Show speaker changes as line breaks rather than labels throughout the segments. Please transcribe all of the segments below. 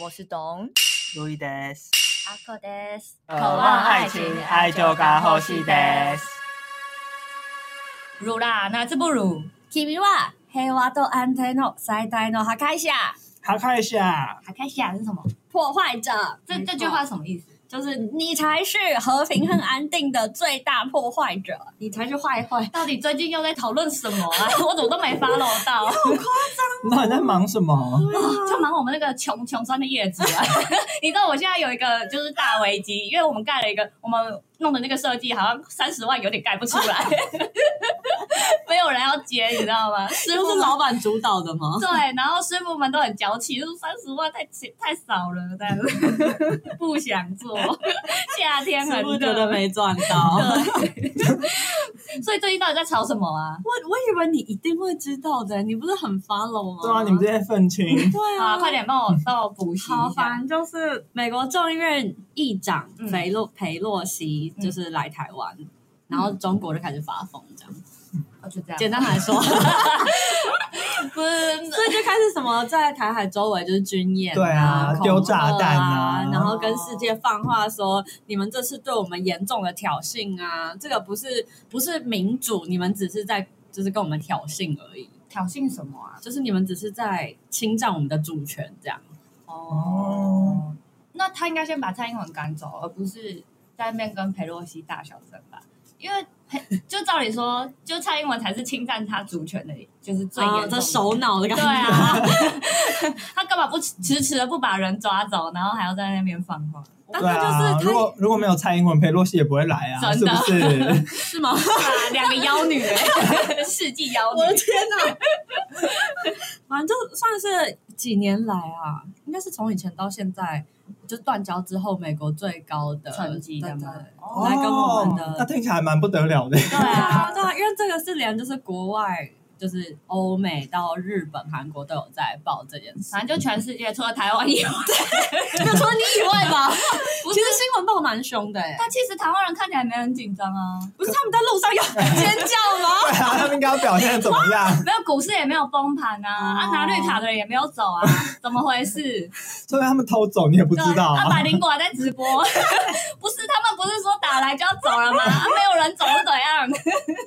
我是董
路易德斯，
阿克德斯，
渴望爱情，爱就该呼吸德斯。
如啦，那这不如君は平和と安定の最大の破壊者。
好啊看一下，
破壊
啊
者是什么？破坏者。这
没错
这句话什么意思？就是你才是和平和安定的最大破坏者，你才是坏
哎
坏。
到底最近又在讨论什么啊？ 我怎么都没 follow 到，
你到底在忙什么？
就忙我们那个穷穷酸的业主啊！ 你知道我现在有一个就是大危机，因为我们盖了一个，我们弄的那个设计好像三十万有点盖不出来， 没有人要接，你知道吗？师
都
傅们
是老板主导的吗？
对，然后师傅们都很娇气，就是三十万太太少了，这样子 不想做，夏天很
是不是觉
热
得。没赚到？
对 所以最近到底在吵什么啊？
我我以为你一定会知道的，你不是很 follow 吗？
对啊，你们这些愤青，
对
啊，
啊，
快点帮我帮我补习一下。
好烦，就是美国众议院议长
嗯
裴洛裴洛西就是来台湾，然后中国就开始发疯这样。
哦就这样。
简单来说，所
不 是
以就开始什么在台海周围就是军演、
对啊
恐吓
丢炸弹
啊
啊，
然后跟世界放话说你们这是对我们严重的挑衅啊，这个不是不是民主，你们只是在就是跟我们挑衅而已，
挑衅什么啊？
就是你们只是在侵占我们的主权这样。
哦，
那他应该先把蔡英文赶走，而不是在那边跟佩洛西大小声吧？因为佩就照理说， 就蔡英文才是侵占他主权的，就是最严重
啊，
的。
这首脑的感
对
觉。
啊， 他干嘛不迟迟的不把人抓走，然后还要在那边放话？
但
对啊
那，就是
如果如果没有蔡英文，裴洛西也不会来啊，
真
是
的
不是？
他是吗？
哇两个妖女、欸 世纪妖女
我，的天哪！反正就算是几年来啊，应该是从以前到现在，就断交之后，美国最高的
成绩
对
的
对
吗
哦，
来跟我们
那
的
听起来还蛮不得了的。
对
对
啊
啊，，对啊，因为这个是连就是国外。就是欧美到日本、韩国都有在报这件事，
反正就全世界除了台湾以外，
除了 你以外吧。
不
其实新闻报蛮凶的、欸，
但其实台湾人看起来没很紧张啊，
不是他们在路上有尖叫吗？
对啊，他们应该要表现的怎么样？
没有股市也没有崩盘啊，
哦
啊拿绿卡的人也没有走啊，怎么回事？
除非他们偷走，你也不
不
知道
啊，
啊
百。灵果还在直播，不是他们不是说打来就要走了吗？啊，没有人走是怎样？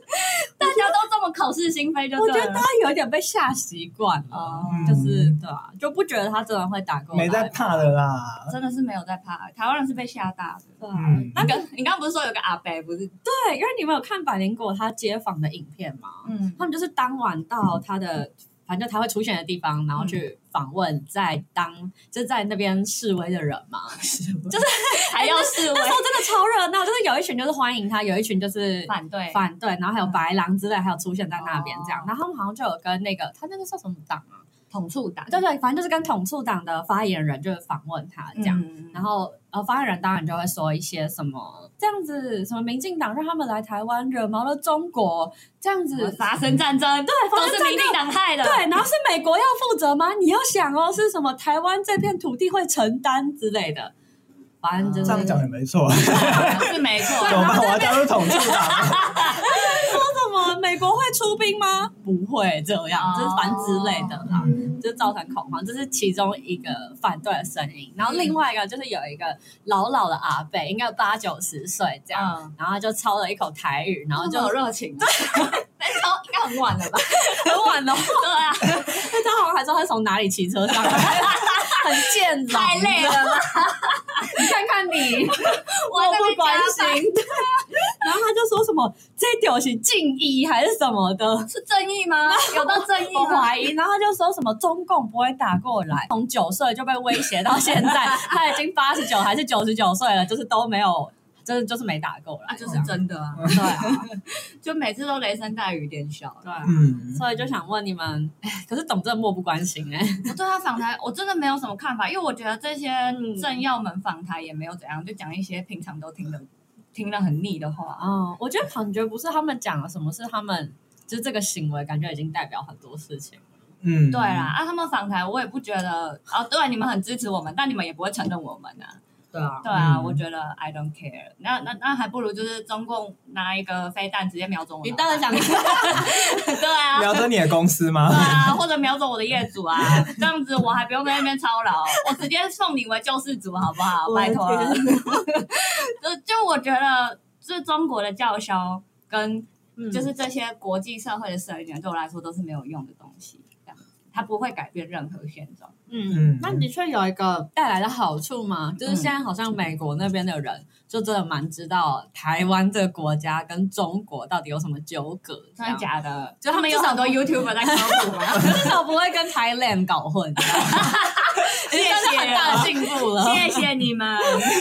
大家都这么口是心非就
我觉
对
得大
了
家。有一点被吓习惯了，
哦，
就是对啊，就不觉得他真的会打过来。
没在怕的啦。
真的是没有在怕，台湾人是被吓大的。
对啊、
嗯，
那跟你刚刚不是说有个阿伯不是？
对，因为你们有看百灵果他街访的影片嘛，
嗯
他们就是当晚到他的，反正他会出现的地方，然后去访问在当就在那边示威的人嘛。
还要示威
那时候真的超热闹，就是有一群就是欢迎他，有一群就是
反对，
反对，然后还有白狼之类，还有出现在那边这样
哦。
然后他们好像就有跟那个他那个叫什么党啊？
统促打，
对对，反正就是跟统促党的发言人就是访问他这样。
嗯
然后呃，发言人当然就会说一些什么这样子，什么民进党让他们来台湾，惹毛了中国，这样子。
发生战争，对，
发
哦都
生
是民进党害的，
对，然后是美国要负责吗？你要想哦，是什么台湾这片土地会承担之类的，反正就
哦
这
是
样讲也没错。
对，是没 错。
怎么办？我要加入统治党。
什么美国会出兵吗？不会这样，就是反正之类的啦。
嗯
就造成恐慌，这是其中一个反对的声音。然后另外一个就是有一个老老的阿伯，应该八九十岁这样，
嗯，
然后他就操了一口台语，然
然
后
后
就
就 有热情，对，那时候应该很晚了吧？
很晚哦，
对啊，
但他好像还说他从哪里骑车上来，很贱种，
太累了吧？
你看看你，
我还在那
不
边
关
加班
心。对啊然后他就说什么这屌是敬意还是什么的，
是正义吗？有到正义
我
吗？
怀疑。然后他就说什么中共不会打过来，从九岁就被威胁到现在， 他已经八十九还是九十九岁了，就是都没有，就是就是没打过来，这样
真的啊，
对啊，
就每次都雷声大雨点小。
对啊。
嗯，
所以就想问你们， 哎，可是董真的漠不关心哎、
我对他访谈，我真的没有什么看法，因为我觉得这些
嗯
政要们访谈也没有怎样，就讲一些平常都听的、听了很腻的话。
哦，我觉得感觉不是他们讲了什么，是他们就是这个行为，感觉已经代表很多事情。
嗯，
哦对啦，，啊，他们访谈我也不觉得啊，对，你们很支持我们，但你们也不会承认我们啊。
对啊，
对啊，
嗯
我觉得 I don't care。那那那还不如就是中共拿一个飞弹直接瞄准我。
你到 底想
对啊，
瞄准你的公司
对
吗？
啊，或者瞄准我的业主 啊，这样子我还不用在那边操劳，我直接送你为救世主，好不好？拜托了。就就我觉得，这中国的叫嚣
嗯
跟就
就是
是这些国际社会的声援，对我来说都是没有用的东西，这样子，它不会改变任何现状。
嗯
嗯，那的确有一个带来的好处嘛，就是
嗯
现在好像美国那边的人就真的蛮知道台湾这个国家跟中国到底有什么纠葛，
真
这
的
样
假的？
就他们
有
至少
很多 YouTuber 在科 普吗？
至少不会跟 Thailand 搞混，你 知道吗
谢
真的很大的
谢，
进步了。
谢谢你们。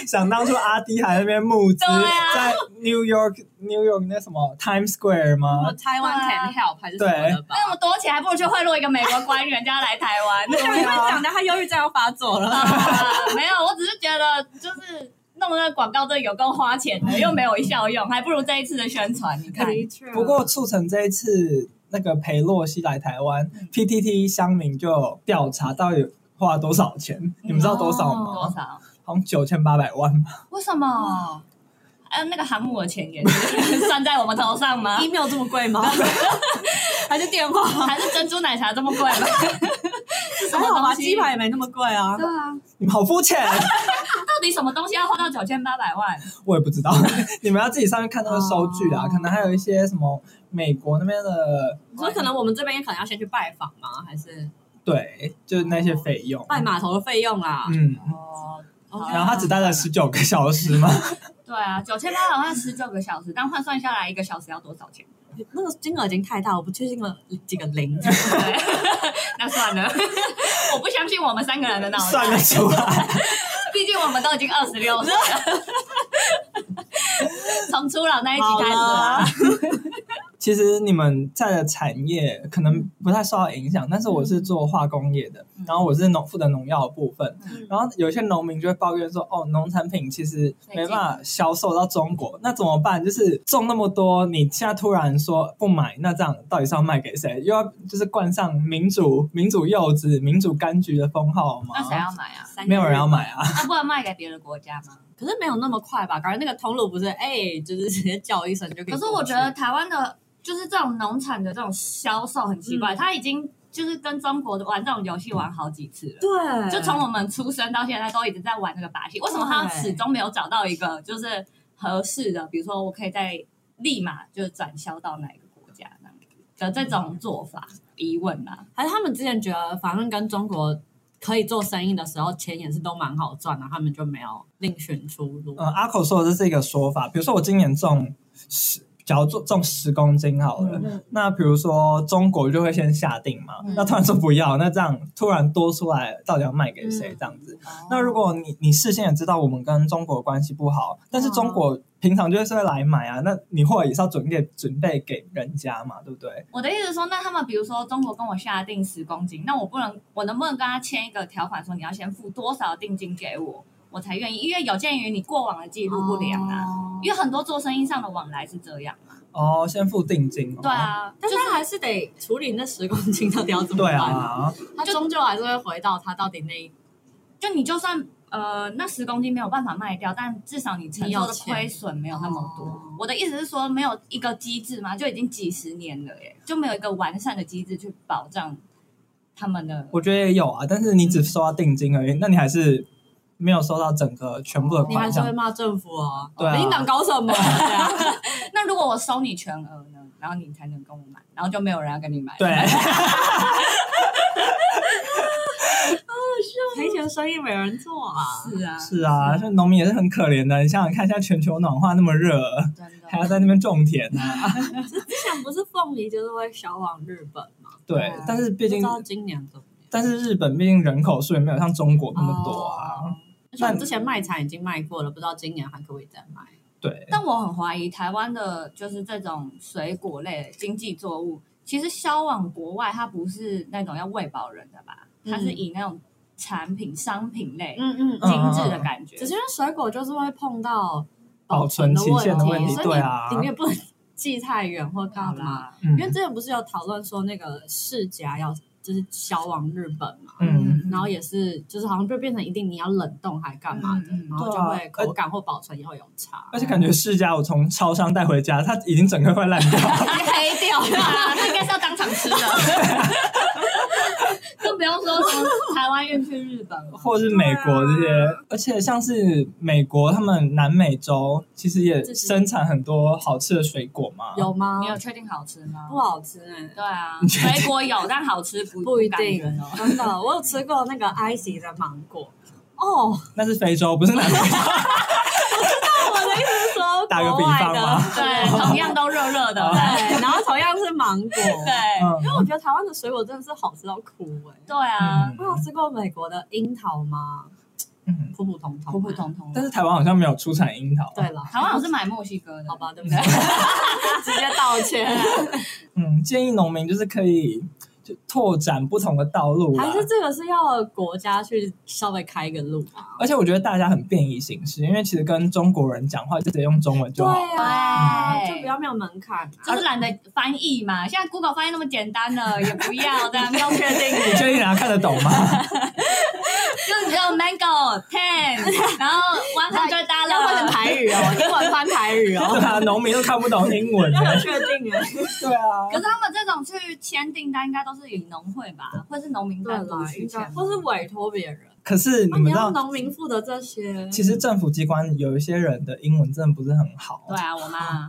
想当初阿迪还在那边募资，
对啊
在 New York New York 那什么 Times Square 吗？
嗯
台湾
啊
can help 还是什么的吧？
哎那我躲起来，不如去贿赂一个美国官员，叫他来台湾。
那你们讲的他忧郁症要发作 了，
啊没有，我只是觉得就是弄那个广告，这有够花钱的，又没有效用，还不如这一次的宣传。你看，
确
不过促成这一次那个裴洛西来台湾、p
嗯
t t 乡民就有调查到底花多少钱，你们知道多少吗？
嗯哦多少？
好像九千八百万吧。
为什么？呃，那个航母的钱也是算在我们头上 吗？
email 这么贵 吗？还是电话？
还是珍珠奶茶这么贵吗？ 是什
还
么
好吧，
东西？
鸡排也没那么贵啊。
对啊，
你们好肤 浅，
到底什么东西要花到九千八百万？
我也不知道。 你们要自己上去看那个收据啊，
哦
可能还有一些什么美国那边的，
所以可能我们这边可能要先去拜访吗？还是
对，就是那些费用。
拜码头的费用啦？
嗯，
哦，
OK 啊
然后他只待了十九个小时嘛，
对啊，九千八百万十九个小时，但换算下来一个小时要多少钱？
那个金额已经太大，我不确定了几个零。
那算 了，我不相信我们三个人 的脑袋。
算得出来。
毕竟我们都已经二十六岁了， 从初老那一集开始啊，
其实你们在的产业可能不太受到影响，但是我是做化工业的，
嗯
然后我是农负责农药的部分，
嗯
然后有一些农民就会抱怨说，哦，农产品其实没办法销售到中国，那怎么办？就是种那么多，你现在突然说不买，那这样到底是要卖给谁？又要就是冠上民主、民主柚子、民主柑橘的封号吗
那？谁要买啊？
没有人要买啊。
那不能卖给别的国家 吗？
可是没有那么快吧？感觉那个通路不是哎、就是直接叫一声就可以。
可是我觉得，台湾的，就是这种农产的这种销售很奇怪，
嗯
他已经就是跟中国玩这种游戏玩好几次了。
对，
就从我们出生到现在都一直在玩这个把戏，为什么他
对
始终没有找到一个就是合适的？比如说，我可以在立马就是转销到哪一个国家这样子的这种做法，疑问啊啦、
还是他们之前觉得，反正跟中国可以做生意的时候，钱也是都蛮好赚的，他们就没有另寻出路。
嗯，阿口说的这是一个说法，比如说我今年重十，假如重重十公斤好了，
嗯
那比如说中国就会先下定嘛，
嗯
那突然说不要，那这样突然多出来，到底要卖给谁？
嗯
这样子，那如果你你事先也知道我们跟中国关系不好，但是中国平常就是会来买啊，那你货也是要准备准备给人家嘛，对不对？
我的意思是说，那他们比如说中国跟我下定十公斤，那我不能，我能不能跟他签一个条款，说你要先付多少定金给我，我才愿意？因为有鉴于你过往的记录不良啊，
哦
因为很多做生意上的往来是这样。
哦，先付定金、哦。
对。啊，
但是他还是得处理那十公斤到底要怎么
对
办？，
啊，
他终究还是会回到他到底那一
就你就算呃那十公斤没有办法卖掉，但至少你承受的亏损没有那么多。
哦
我的意思是说，没有一个机制嘛，就已经几十年了耶，就没有一个完善的机制去保障他们的。
我觉得也有啊，但是你只收到定金而已，那你还是没有收到整个全部的
你还
款
是
项
会。骂政府啊？
对啊
民进党搞什么？对啊
那如果我收你全额呢，然后你才能跟我买，然后就没有人要跟你买。
对，啊
赔钱生意没人做啊！
是啊，
是啊，像农民也是很可怜的。你想想看，现在全球暖化那么热，
真的
还。要在那边种田啊呢、
之前 不是凤梨就是会销往日本吗？
对，但是毕
不知
竟，
道今年怎么样。
但是日本毕竟人口数也没有像中国那么多
哦
啊。
而且我们之前卖惨已经卖过了，不知道今年还可不可以再卖？
对，
但我很怀疑台湾的，就是这种水果类的经济作物，其实销往国外，它不是那种要喂饱人的吧？
嗯
它是以那种产品、商品类、
嗯
嗯
精致的感觉。
只是因为水果就是会碰到
保存
的
期限的问题
所以
对啊
你你也不能寄太远或干
好
嘛。
啦，
嗯
因为之前不是有讨论说那个世家要就是销往日本嘛，
嗯，
然后也是就是好像就变成一定你要冷冻还干嘛的，
嗯
然后就
对
会
啊
口感或保存也会有差，
而且感觉释迦我从超商带回家，它已经整个快烂掉了。
黑掉
对啊，那应该是要当场吃 的，更不用说从 台湾运去日本了。
或是
啊
美国这些，而且像是美国，他们南美洲其实也
自己
生产很多好吃的水果嘛。
有吗
你？有确定好吃吗？
不好吃哎、
对啊，
你确定
水果有，但好吃不
不一
感觉
定
哦，
真的，我有吃过那个 icy 的芒果。哦，
那是非洲，不是南美洲。
我的意思是说
打个比
国外
方
的
嘛，
对，同样都热热
哦
的，对
对，然后同样是芒 果，对，
对
因为
嗯
我觉得台湾的水果真的是好吃到哭哎、
对啊，
我有吃过美国的樱桃吗？
嗯，
普普通通，
普普。通通。
但是台湾好像没有出产樱桃。啊
对了，
台湾我是买墨西哥的，
好吧，对不对？直接道歉，
嗯，建议农民就是可以就拓展不同的道路啦
还。是这个是要国家去稍微开一个路啊吧？
而且我觉得大家很便宜行事，因为其实跟中国人讲话就直接用中文就好。
啊，
对
就比较没有门槛啊。
就是懒得翻译嘛。现在 Google 翻译那么简单了，也不要这样，要确定。
你确定大家看得懂吗？
就是只有 mango ten，然后 one hundred
要换成
dollar。
台语哦，英文翻台语
对
哦，
啊，农民都看不懂英文。
要有确定哎。
对啊
可，是他们这种去签订单，应该都是以农会吧，或是农民
对
单
啦
独，去
应
签
该，或是委托别人，
可是
那
你
啊你
们知
要
道，
农民负责这些。
其实政府机关有一些人的英文真的不是很好。
对啊，我妈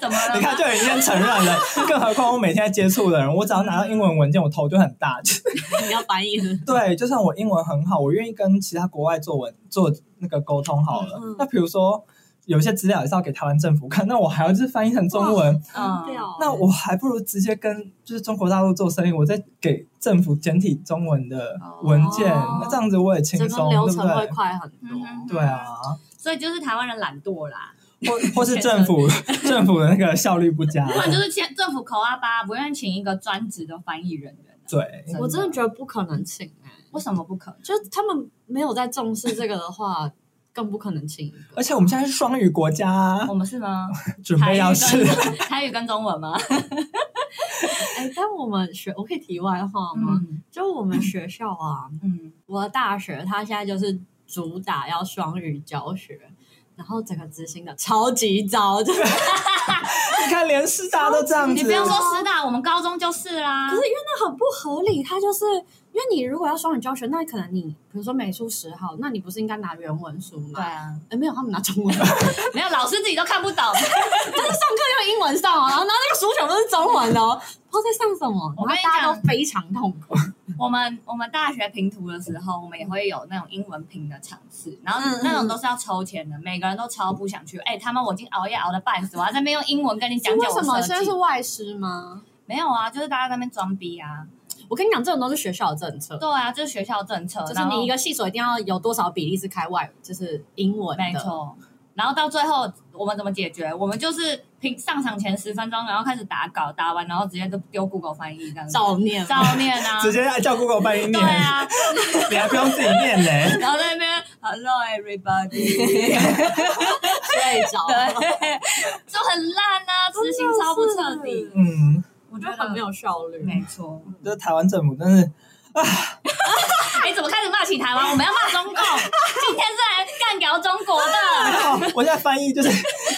怎么了
你？看，就已经承认了，更何况我每天在接触的人，我只要拿到英文文件，我头就很大。
你要翻译是不是
对，就算我英文很好，我愿意跟其他国外做文做那个沟通好了。
嗯嗯
那比如说。有一些资料也是要给台湾政府看，那我还要就是翻译成中文，
嗯
掉欸，
那我还不如直接跟就是中国大陆做生意，我再给政府简体中文的文件，
哦
那这样子我也轻
整
松，
个流
对不
程
对？
会快很多。
嗯
对啊，
所以就是台湾人懒惰啦，
或 或是政府 政府的那个效率不佳，
不然就是签政府口啊吧，不愿意请一个专职的翻译人员。
对，
我真的觉得不可能请哎、
为什么不可？
就是他们没有在重视这个的话，更不可能请一个。
而且我们现在是双语国家啊，
我们是吗？
准备要是
台语跟中文吗？
哎、但我们学，我可以题外话吗？
嗯
就我们学校啊，
嗯，
我的大学它现在就是主打要双语教学。然后整个执行的超级糟，就是
你看连师大都这样子，
你不要说师大，我们高中就是啦。
可是那很不合理。它就是因为你如果要双语教学，那可能你比如说美术十号，那你不是应该拿原文书吗？
对啊，
哎，没有，他们拿中文，
没有老师自己都看不懂。
用英文上哦，然后那个书全部是中文的哦，不知道在上什么，
我跟你
然后大家
讲
都非常痛苦。
我们我们大学评图的时候，我们也会有那种英文评的场次，然后
嗯嗯
那种都是要抽签的，每个人都超不想去。哎、他妈我已经熬夜熬的半死，我还在那边用英文跟你讲
为
讲
什
我
么
设
现在
计
是。外师吗？
没有啊，就是大家在那边装逼啊。
我跟你讲，这种都是学校的政策，
对啊，这是学校政策，
就是你一
个
个系所一定要有多少比例是开外，就是英文的
没。错。然后到最后我们怎么解决？我们就是评上场前十分钟，然后开始打稿，打完然后直接就丢 Google 翻译这样子。
照念嘛，
照念啊，
直接叫 Google 翻译
对
念，
啊，
你还不用自己念嘞。
然后在那边 Hello everybody，
睡着，
对，就很烂啊，执行超不彻底，
嗯，
我
就很没有效率。
没错。
就是台湾政府真是
哎，怎么开始骂起台湾？我们要骂中共，今天是来干掉中国的，
哦，我现在翻译就是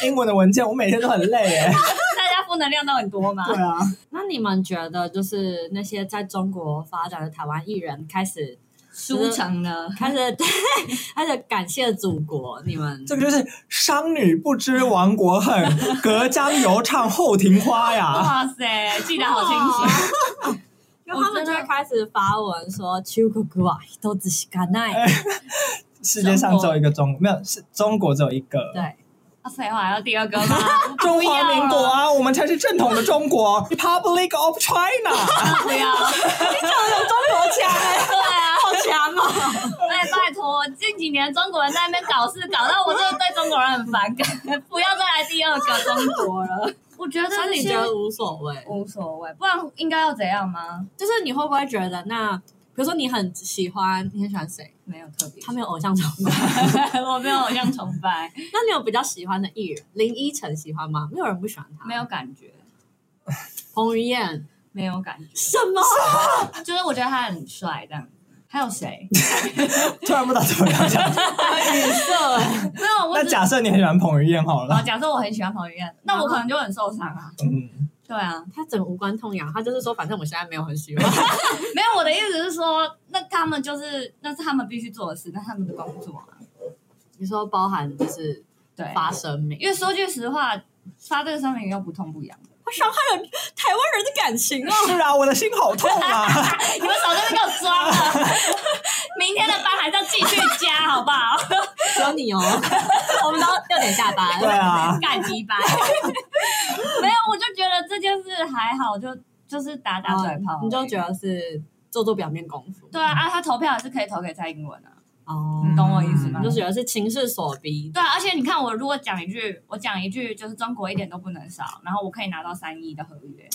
英文的文件，我每天都很累哎。
大家负能量都很多嘛。
对啊，
那你们觉得，就是那些在中国发展的台湾艺人开始
书城呢？
开始 开始感谢祖国，你们
这个就是商女不知亡国恨，隔江犹唱后庭花呀。
哇塞，记啊得好啊清楚。
因为他们就会开始发文说“秋哥哥啊，都只是干奈”，
世界上只有一个中国，没有是中国只有一个。
对，
啊，废话，还要第二个吗？
中华民国啊，我们才是正统的中国，Republic of China。
不要，
中国强哎、
对啊，
好强哦！
哎，拜托，近几年中国人在那边搞事搞到我真的对中国人很反感，不要再来第二个中国了。我觉得
所以
这
你
些
觉得无所谓，
无所谓，不然应该要怎样吗？
就是你会不会觉得那，比如说你很喜欢，你很喜欢谁？
没有特别
他没有偶像崇 拜，
我没有偶像崇拜，
那你有比较喜欢的艺人？林依晨喜欢吗？没有人不喜欢他。
没有感觉。
彭于晏，
没有感觉，
什么？
就是我觉得他很帅这样。还有 谁？
突然不知道怎么样讲。
语塞。
没有，我
那
只啊
假设你很喜欢彭于晏好
好
了，
假设我很喜欢彭于晏，那我可能就很受伤啊。
嗯，
对啊，
他整无关痛痒，他就是说，反正我现在没有很喜欢。
没有我的意思是说，那他们就是那是他们必须做的事，那是他们的工作啊。
你说包含就是
对，
发声明，
因为说句实话，发这个声明又不痛不痒。
我伤害了台湾人的感情哦。
是啊，我的心好痛啊！
你们少在那边给我装 了，明天的班还是要继续加，好不好？
只有你哦。 我们都六点下班。
对 啊，
干鸡巴！ 没有，我就觉得这件事还好，就就是打打嘴炮而已，
哦你就觉得是做做表面功夫。
对啊啊，他投票还是可以投给蔡英文啊，
哦，
嗯
你懂我意思
你
吗？
就觉得是情势所逼。
对啊，而且你看，我如果讲一句，我讲一句，就是中国一点都不能少，然后我可以拿到三亿的合约，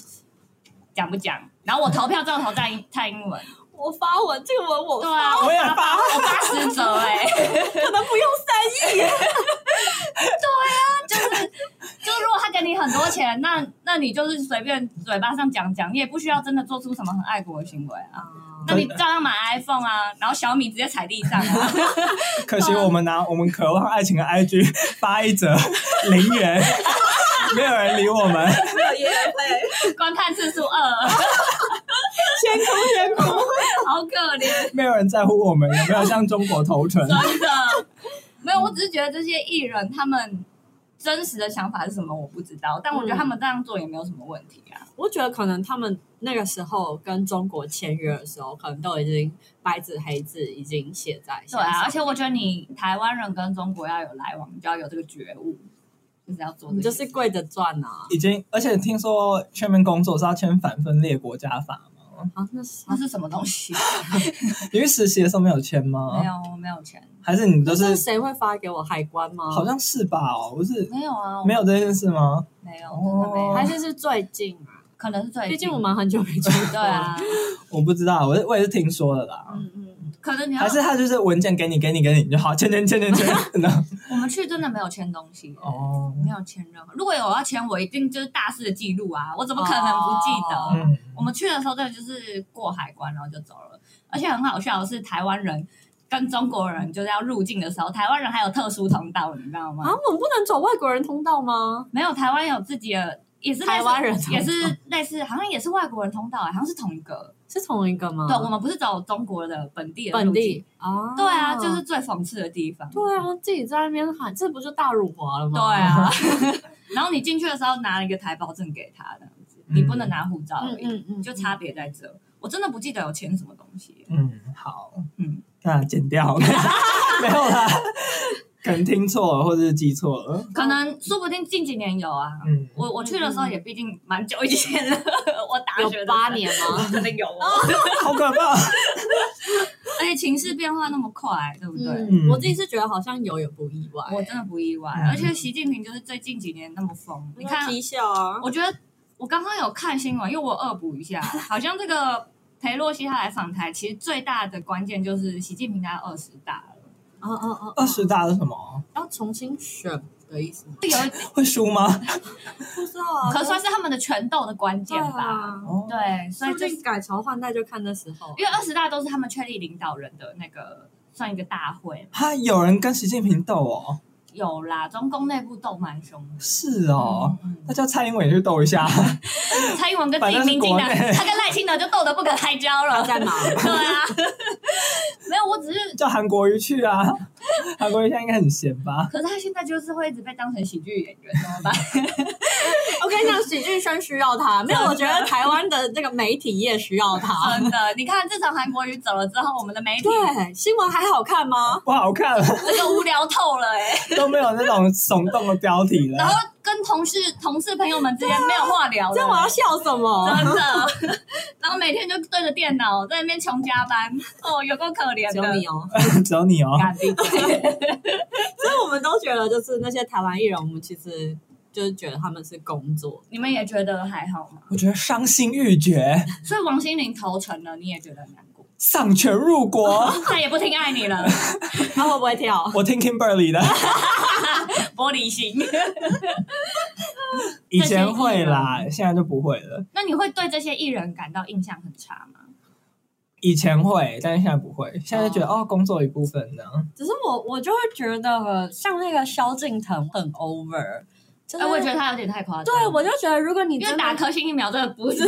讲不讲？然后我投票就投蔡英蔡英文，
我发文，这个文我
对啊，
我也发，
我八十折哎、
可能不用三亿。
就是如果他给你很多钱，那那你就是随便嘴巴上讲讲，你也不需要真的做出什么很爱国的行为啊。
哦
那你照样买 iPhone 啊，然后小米直接踩地上啊，
可惜我们拿我们渴望爱情的 IG 发一则零元，没有人理我们。
没有业费，
观看次数二，
天空，天空，
好可怜，
没有人在乎我们有没有向中国投 诚。
真的。没有，我只是觉得这些艺人他们真实的想法是什么我不知道，但我觉得他们这样做也没有什么问题啊。
我觉得可能他们那个时候跟中国签约的时候，可能都已经白纸黑字已经写在
对啊，而且我觉得你台湾人跟中国要有来往，你就要有这个觉悟，就是要做
你
这
就
件
是
事。
跪着赚啊！
已经，而且听说全面工作是要签反分裂国家法吗？
啊，那是
嗯
那是什么东西？
你去实习的时候没有签
没
吗？
有，我没有钱，
还是你都
那
是
谁会发给我海关吗？
好像是吧？哦，不是
没有啊，我
没有这件事吗？
没有，真的没有，
哦
还是是最近啊，
可能是最近
毕竟我们很久没出国了。
对啊，
我不知道，我是我也是听说的啦。
嗯，嗯嗯，
可能你要
还是他就是文件给你给你给你你就好，签签签签签。 然后
我们去真的没有签东西，
哦，
没有签任何。如果有要签，我一定就是大肆的记录啊，我怎么可能不记得？
哦
嗯，
我们去的时候真的就是过海关，然后就走了。而且很好笑的是，台湾人跟中国人就是要入境的时候，台湾人还有特殊通道，你知道吗？
啊，我们不能走外国人通道吗？
没有，台湾有自己的，也是类似
台湾人通道
也是类似，好像也是外国人通道、欸好像是同一个。
是同一个吗？
对，我们不是走中国的本地的
嗯本
路径
地啊，
对啊，就是最讽刺的地方。
对啊，自己在那边喊，这不就大辱华了吗？
对，啊，
哦
然后你进去的时候拿了一个台胞证给他，这样子，你不能拿护照而
嗯
已，
嗯嗯，
就差别在这。我真的不记得有签什么东西，
嗯，好，
嗯，
那剪 掉，没有啦，可能听错了或者是记错了。
可能说不定近几年有啊。
嗯，
我我去的时候也毕竟蛮久以前了，我大学的时候
有八，年吗？
真的有哦。
好可怕。
而且情势变化那么快，对不对？
嗯
我自己是觉得好像有也不意外，
我真的不意外
嗯。
而且习近平就是最近几年那么疯，你看
皮笑啊，
我觉得我刚刚有看新闻，因为我恶补一下，好像这个裴洛西他来访台，其实最大的关键就是习近平他二十大了，
嗯嗯嗯，
二十大是什么？
要重新选的意思吗？
有一
会输吗？
不知道啊
可算是他们的权斗的关键吧。
吧。
哦，
对，所
所
以
以
就是
就改朝换代就看那时候
因为二十大都是他们确立领导人的那个算一个大会，
他有人跟习近平斗哦，
有啦，中共内部斗蛮凶的。
是哦，
嗯，
那叫蔡英文也去斗一下。
嗯蔡英文跟自己民进党，
反正是国内
他跟赖清德就斗得不可开交了。
在忙，
对啊， 没有，我只是
叫韩国瑜去啊， 韩国瑜现在应该很闲吧？
可是他现在就是会一直被当成喜剧演员，怎么办？
我跟你讲，喜剧圈需要 他，没有，我觉得台湾的那个媒体业需要他。
真的，你看，自从韩国瑜走了之后，我们的媒体
对，新闻还好看吗？
不好看了，啊
真的无聊透了哎、
都没有那种耸动的标题
然
了
后。跟同事、同事朋友们之间没有话聊了，
啊
欸
这样我要笑什么？
真的。 然后每天就对着电脑在那边穷加班，哦，有够可怜
只有你
的。
哦。
只有你哦，
干闭嘴
所以我们都觉得，就是那些台湾艺人，我们其实就是觉得他们是工作，
你们也觉得还好吗？
我觉得伤心欲绝，
所以王心凌投诚了，你也觉得很难过，
丧权入 国。
再也不听爱你了，
他会不会跳？
我听 Kimberly 的，
玻璃心。
以前会啦，现在就不会了。
那你会对这些艺人感到印象很差吗？
以前会，但是现在不会。现在就觉得哦工作一部分这样。
只是我我就会觉得，像那个萧敬腾很 over，就是、
哎，我也觉得他有点太夸张。
啊对，啊我就觉得如果你
因
真
为
的
打科兴疫苗真的不是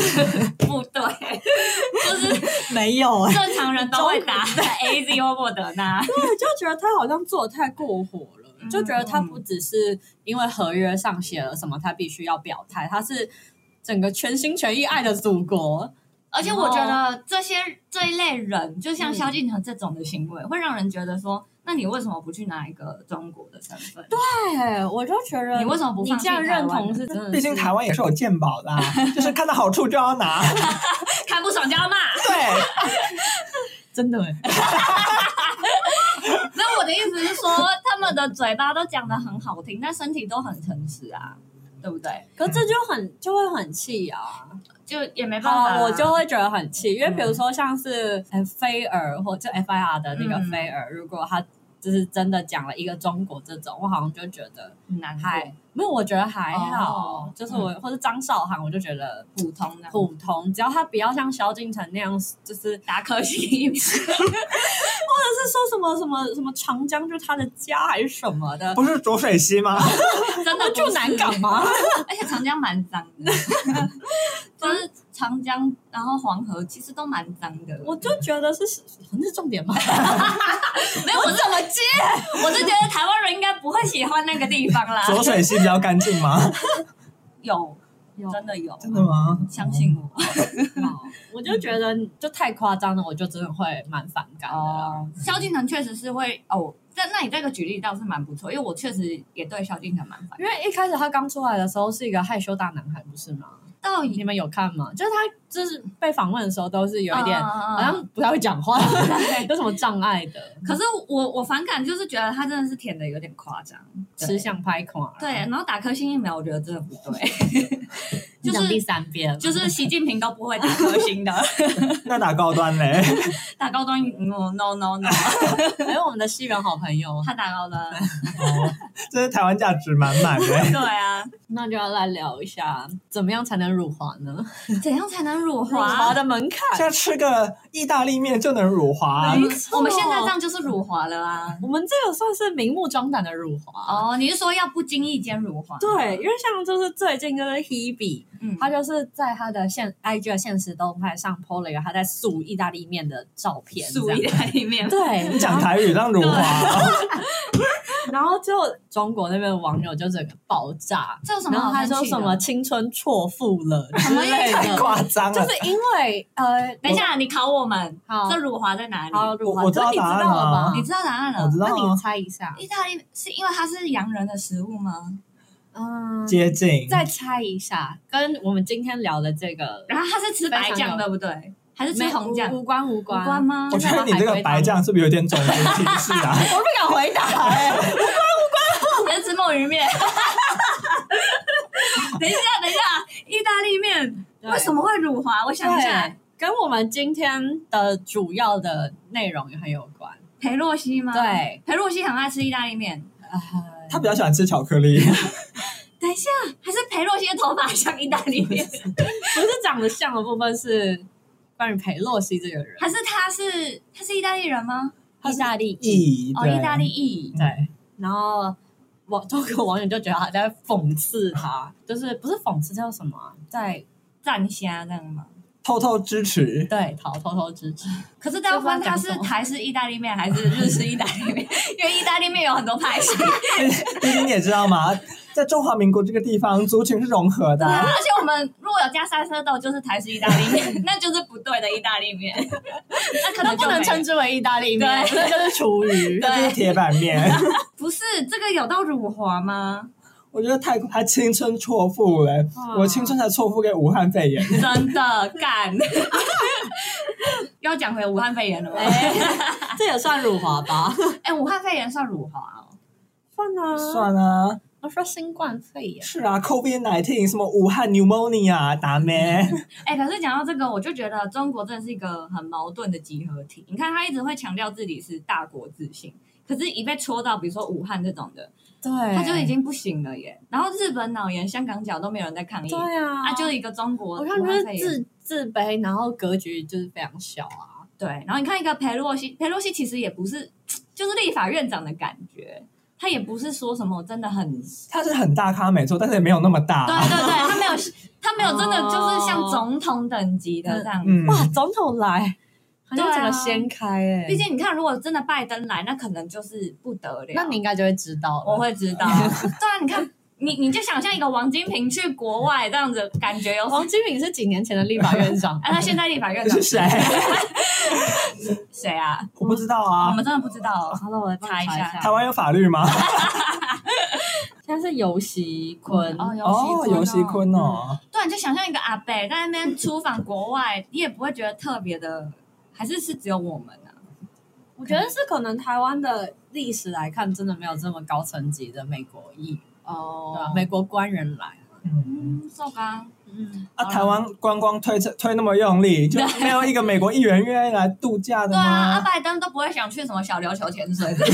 不 对，就是
没有哎、
正常人都会打 A Z 或莫德 纳。
对，就觉得他好像做的太过火了，
嗯
就觉得他不只是因为合约上写了什么，他必须要表态，他是整个全心全意爱的祖国。
而且我觉得这些这一类人，就像萧敬腾这种的行
哦
为，会让人觉得说，那你为什么不去拿一个中国的身份？对，
对，我就觉得
你为什么不
你
放弃
这样认
台湾
同
人
是真的是？
毕竟台湾也是有鉴宝 的、啊，就是看到好处就要 拿。
看不爽就要骂。
对，
真的哎、
那我的意思是说，他们的嘴巴都讲的很好听，但身体都很诚实啊，对不对？
可这就很就会很气啊！
就也嗯没办法啦、啊嗯
好，我就会觉得很气，因为比如说像是呃菲尔或者 FIR 的那个
嗯
菲尔，如果他就是真的讲了一个中国这种，我好像就觉得
很难过
还没有，我觉得还好，
嗯哦嗯
就是我、或是张韶涵，我就觉得
普通的
普通，只要他不要像萧敬腾那样，就是
打科兴疫 苗，
是说什么什么什么长江就是他的家还是什么的，
不是浊水溪吗？
真的
住
不是
南港吗？
而且长江蛮脏 的，就是长江，然后黄河其实都蛮脏的。
我就觉得是那是重点吗？
没有，我怎么接？我是觉得台湾人应该不会喜欢那个地方 啦。
浊水溪比较干净吗？
有，
有
真的有，
真的吗？
相信我。嗯
我就觉得就太夸张了，我就真的会蛮反感的啦。
哦，萧敬腾确实是会哦。但那你这个举例倒是蛮不错，因为我确实也对萧敬腾蛮反感。
因为一开始他刚出来的时候是一个害羞大男孩，不是吗？
到底
你们有看吗？就是他就是被访问的时候都是有一点
呃
嗯
好
好像不太会 讲话， 有什么障碍的，
可是我我反感就是觉得他真的是舔的有点夸张，对
吃相拍垮。
对，然后打科兴疫苗，我觉得真的不对，
嗯 你
就
讲第
是
三遍了，
就是 习近平都不会打科兴的，
那打高端嘞？
打高端嗯 no no no，哎
还有我们的西人好朋友，
他打高端，
这是台湾价值满满嘞。
对啊，
那就要来聊一下，怎么样才能辱华呢？
怎样才能辱
辱华
华？
的门槛，
现在吃个意大利面就能辱华
没，错
我们现在这样就是辱华了啊！
我们这个算是明目张胆的辱华。
哦，你是说要不经意间辱华？
对，因为像就是最近就是 Hebe，
嗯，
他就是在他的现 IG 的现实动态上 PO 了一个他在素意大利面的照片，
数
这
一
样
在里面，
对，
你讲台语让辱华，
然后就中国那边的网友就整个爆炸，
这有什么
然
好
后他
生
说
气的
什么青春错付了之 类
太
的，
夸张
就
了。
是因为呃，
等一下，你考我们，
好
这辱华在哪里？
好，
我我知道
这你知
答
道
案
了吧
啊？
你知道答案了
我？知道
那你
啊，
猜一下，
意大利是因为它是洋人的食物吗？
嗯，
接近
再猜一下，跟我们今天聊的这个
然后它是吃白
非常
酱
有
对不对？还是吃
没
红酱？
无关无关
无关吗
我觉得你这个白酱是不是有点种族歧视啊？
我不敢回答哎、
你是吃墨鱼 面？等一下，等一下，意大利面为什
么？
么会辱华？我想一下
对，跟我们今天的主要的内容也很有关，
裴洛西吗？，
对，
裴洛西很爱吃意大利面。
他比较喜欢吃巧克力，
等一下，还是裴洛西的头发像意大利面？
不是长得像的部分是关于裴洛西这个人，
还是他是他是意大利人吗？
意大利裔，
意
哦，意大利裔。
对，然后网中国网友就觉得他在讽刺他，就是不是讽刺叫什么啊、在
战虾这样吗？
偷偷支持。
对逃偷偷支持，
可是都要分它是台式意大利面还 是日式意大利面， 因为意大利面有很多派系。
毕竟你也知道嘛，在中华民国这个地方，族群是融合的
对啊，
啊。
而且我们如果有加三色豆，就是台式意大利面， 那就是不对的意大利面， 那可
可能
能
不能称
称。
之为意大利面，
对
那就是厨余。
对
这是铁板面，
不是这个有到辱华吗？
我觉得太还青春错付嘞，
哇
我青春才错付给武汉肺炎。
真的 干，要讲回武汉肺炎了吗？哎、
哎，这也算辱华吧？
武汉肺炎算辱华哦。
算啊，
算啊，
我说新冠肺炎，
是啊，COVID nineteen 什么武汉 pneumonia 打咩？
哎、可是讲到这个，我就觉得中国真的是一个很矛盾的集合体。你看，他一直会强调自己是大国自信，可是，一被戳到，比如说武汉这种的，
对，
他就已经不行了耶。然后日本脑炎、香港脚都没有人在抗议，
对啊，
啊，就一个中国，
我看就
武汉
是
肺炎
自自卑，然后格局就是非常小啊。
对，然后你看一个裴洛西，裴洛西其实也不是，就是立法院长的感觉，他也不是说什么真的很，对
他是很大咖没错，但是也没有那么大、
对啊对，他没有他没有真的
哦
就是像总统等级的这样子。
嗯，
哇，总统来，好
对
像
啊
整个掀开哎、
毕竟你看，如果真的拜登来，那可能就是不得了。
那你应该就会知道了，
我会 知道，对啊，你看。你你就想象一个王金平去国外这样子，感觉有，
王金平是几年前的立法院长
哎、他现在立法院长
是谁？
谁啊？
我不知道
我
啊。
们真的不知道。哦
好了，我
查一下
台湾有法律吗？
现在是游锡坤，
哦，游戏
哦，游戏坤哦，
对，啊你就想象一个阿伯在那边出访国外，你也不会觉得特别的，还是是只有我们啊？
我觉得是可能台湾的历史来看，真的没有这么高层级的美国裔，对吧
哦
美国官员来，
嗯。
嗯，受吧。
嗯，
啊，台湾观光推
嗯
这推那么用力，就没有一个美国议员愿意来度假的
对啊，阿
吗？
拜登都不会想去什么小琉球潜水。 对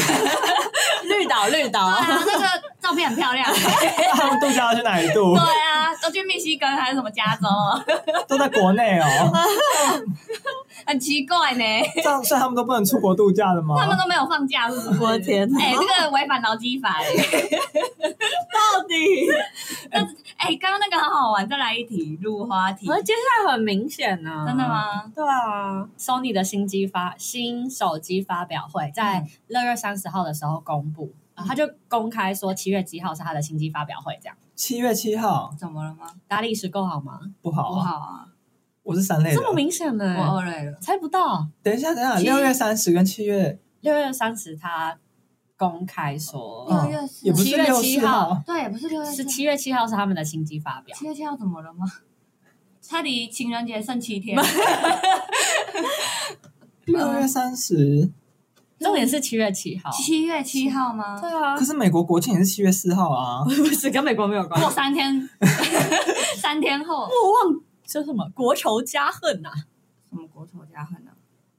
绿岛绿岛，
啊，那个照片很漂 亮。
他们度假要去哪里度
啊对？啊，都去密西根还是什么加州，啊
都在国内哦，
很奇怪呢，
这样所以他们都不能出国度假的吗？
他们都没有放假，是不是？
我的天哪
哎、这个违反劳基法哎、
到 底？
哎、刚刚那个很好玩，再来一题，入花题
我。觉得接下来很明显呢、
真的？吗？
对啊，Sony 的新机发新手机发表会在六月三十号的时候公布，然后他就公开说七月几号是他的新机发表会，这样
七月七号
怎么了吗？
打理石够好吗？
不好
不
啊，
好啊，
我是三类
嗯这么
人。
明显呢、
我饿累了。
猜不到。
等一下，等一下，
七
六月三十跟七月
六月三十他公开说，
嗯
六月四
也不
号，
是六
七月
四
七号
号，
对，不是六月
是
四号
七月七号是他们的新机发表。
七月七号怎么了吗？他离情人节剩七天，
六月三十，
重点是七月七号，
七月七号吗？
啊
可是美国国庆也是七月四号啊。
不是跟美国没有关
过。三 天，三天后
莫忘说什么国仇家恨啊呐、
什么国仇家恨呢？啊